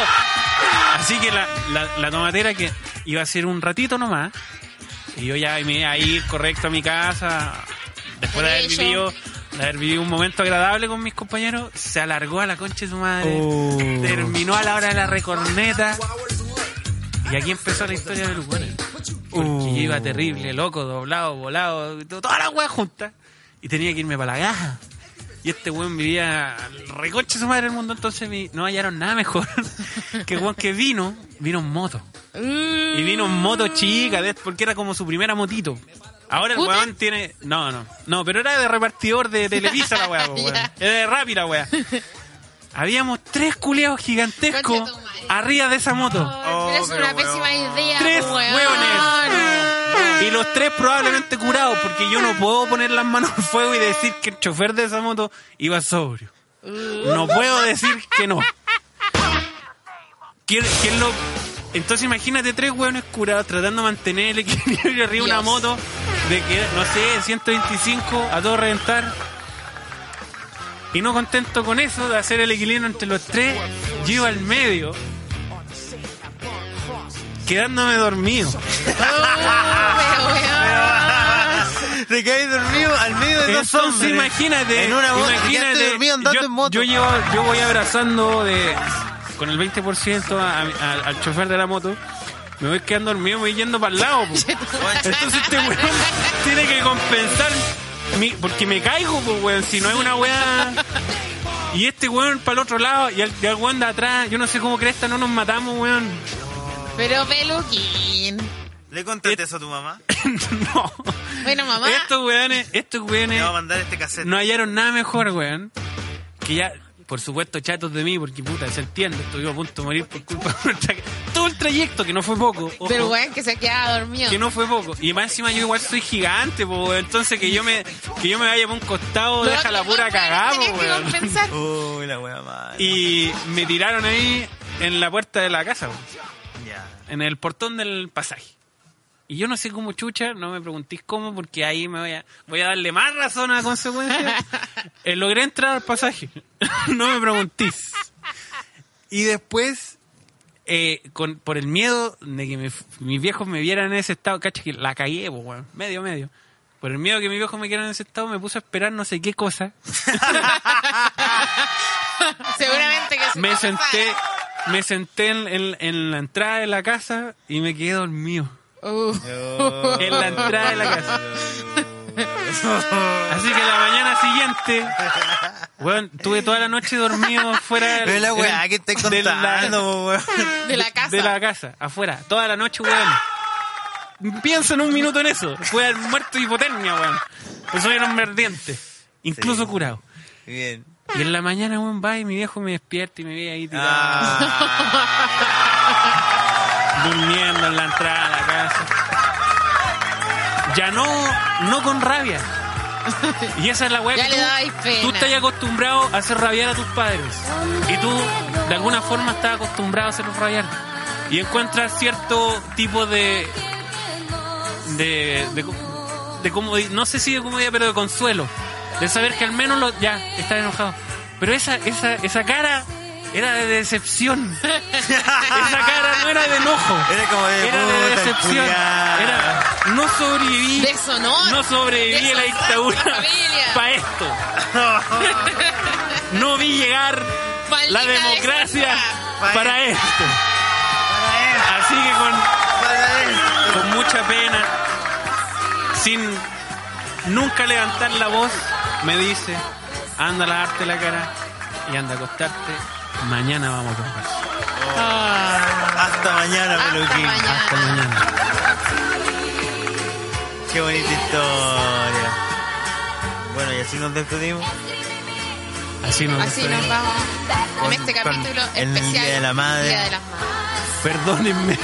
Así que la, la, la tomatera que iba a ser un ratito nomás, y yo ya me iba a ir correcto a mi casa, después de haber Derecho. vivido, de haber vivido un momento agradable con mis compañeros, se alargó a la concha de su madre, Oh. terminó a la hora de la recorneta, y aquí empezó la historia del lugares. Porque Oh. yo iba terrible, loco, doblado, volado, to- todas las weas juntas. Y tenía que irme para la caja. Y este weón vivía al recoche su madre del mundo, entonces mi- no hallaron nada mejor que el weón que vino, vino en moto. Uh, Y vino en moto chica, ¿ves? porque era como su primera motito. Ahora el ¿Scooter? weón tiene. No, no. No, pero era de repartidor de Televisa la weá, po, weón. Ya. Era de Rappi la weá. Habíamos tres culeados gigantescos Concha tu madre. arriba de esa moto. Ay, pero es Oh, una pero pésima weón. idea, tres weón. hueones. Y los tres probablemente curados, porque yo no puedo poner las manos al fuego y decir que el chofer de esa moto iba sobrio. No puedo decir que no. ¿Quién, quién lo... Entonces imagínate tres hueones curados tratando de mantener el equilibrio arriba de una Dios. moto de que, no sé, 125 a todo reventar. Y no contento con eso, de hacer el equilibrio entre los tres, yo iba al medio, quedándome dormido. Pero, weón. Te caí dormido al medio de dos Entonces hombres. imagínate, En una moto. imagínate, Imagínate. dormido andando yo, en moto. yo llevo- yo voy abrazando de, con el 20% a- a- al chofer de la moto, me voy quedando dormido, me voy yendo para el lado. po. Entonces este weón tiene que compensar, mi- porque me caigo, pues weón, si no es una weá... Y este weón para el otro lado y al, y al weón de atrás, yo no sé cómo cresta, no nos matamos, weón. Pero, peluquín. ¿Le Eh, contaste eso a tu mamá? no. Bueno, mamá. Estos weones, estos Te weones va a mandar este cassette. no hallaron nada mejor, weón. Que ya, por supuesto, chatos de mí, porque puta, se entiende, estuvimos a punto de morir por culpa de nuestra- Todo el trayecto, que no fue poco. ojo, Pero, weón, que se quedaba dormido. que no fue poco. Y más encima yo igual soy gigante, po, weón. Entonces que yo me, que yo me vaya por un costado, Lo deja otro la que pura weón cagada, po, tenía que weón. compensar. Uy, la wea mala. Y me tiraron ahí en la puerta de la casa, weón. Ya. en el portón del pasaje. Y yo no sé cómo chucha, no me preguntéis cómo, porque ahí me voy a, voy a darle más razón a la consecuencia. Eh, logré entrar al pasaje. no me preguntéis. Y después, eh, con, por el miedo de que me f- mis viejos me vieran en ese estado, cacha que la cagué, po, weón, medio, medio. Por el miedo que mis viejos me vieran en ese estado, me puse a esperar no sé qué cosa. Seguramente que se Me va a senté, me senté en, en- en la entrada de la casa y me quedé dormido. pasar. Uh. en la entrada de la casa. Así que la mañana siguiente, weón, tuve toda la noche dormido fuera del- Pero la weá del- que estáis de la- contando, weón. De la casa. de la casa, afuera, toda la noche, weón. Piensa en un minuto en eso. Fue al muerto de hipotermia, weón. Pues soy un hombre ardiente, incluso Sí. curado. Bien. Y en la mañana, weón, va y mi viejo me despierta y me ve ahí tirado, Ah. Ah. durmiendo en la entrada de la casa. Ya no, no con rabia. Y esa es la weá Ya que le tú- dais pena. Tú estás acostumbrado a hacer rabiar a tus padres. Y tú, de alguna forma, estás acostumbrado a hacerlos rabiar. Y encuentras cierto tipo de. de. de, co- de como- no sé si de comedia, pero de consuelo. De saber que al menos lo- ya, estás enojado. Pero esa, esa, esa cara era de decepción. esa cara no era de enojo. Era como de Era de puta, el decepción. culiao. Era, no sobreviví. Deshonor. No sobreviví a la Deshonor dictadura a la familia. para esto. No vi llegar la Maldita democracia Pa' para esto. Así que con, Para él. con mucha pena, sin nunca levantar la voz, me dice, anda a lavarte la cara y anda a acostarte. Mañana vamos a conversar. Hasta mañana, Hasta peluquín. mañana. Hasta mañana. Qué bonita historia. Bueno, y así nos despedimos. Así nos Así despedimos. nos vamos Con- en este con capítulo el especial. Día de la Madre. Día de las Madres. Perdónenme.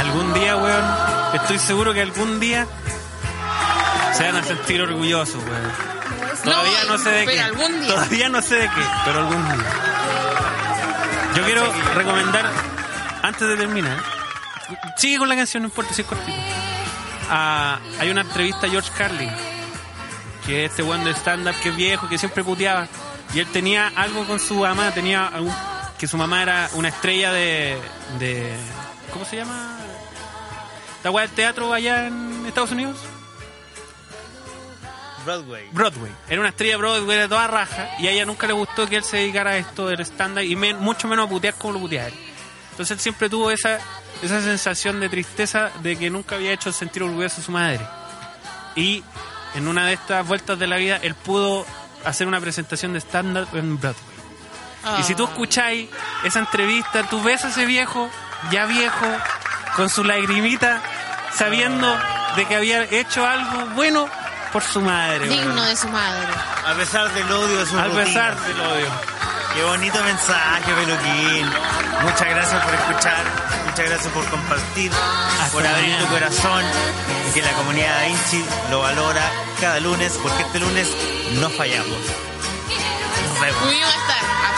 algún día, weón. Estoy seguro que algún día se van a sentir orgullosos, weón. Todavía no, sé de pero qué. algún día. Todavía no sé de qué, pero algún día. Yo quiero recomendar, antes de terminar, sigue con la canción, no importa si es cortito. Ah, hay una entrevista a George Carlin, que es este weón de stand-up que es viejo, que siempre puteaba. Y él tenía algo con su mamá, tenía algún- que su mamá era una estrella de. de ¿Cómo se llama? ¿La weá del teatro allá en Estados Unidos? Broadway. Broadway. Era una estrella de Broadway de toda raja y a ella nunca le gustó que él se dedicara a esto del estándar y men- mucho menos a putear como lo puteaba él. Entonces él siempre tuvo esa, esa sensación de tristeza de que nunca había hecho sentir orgulloso a su madre. Y en una de estas vueltas de la vida él pudo hacer una presentación de estándar en Broadway. Y Ah. si tú escucháis esa entrevista, tú ves a ese viejo, ya viejo, con su lagrimita, sabiendo de que había hecho algo bueno por su madre. Digno weón. de su madre. A pesar del odio de su Al pesar rutinas. del odio. Qué bonito mensaje, Peluquín. Muchas gracias por escuchar, muchas gracias por compartir, por abrir mañana. tu corazón y que la comunidad Da Vinci lo valora cada lunes, porque este lunes no fallamos. Nos vemos. Pudimos estar a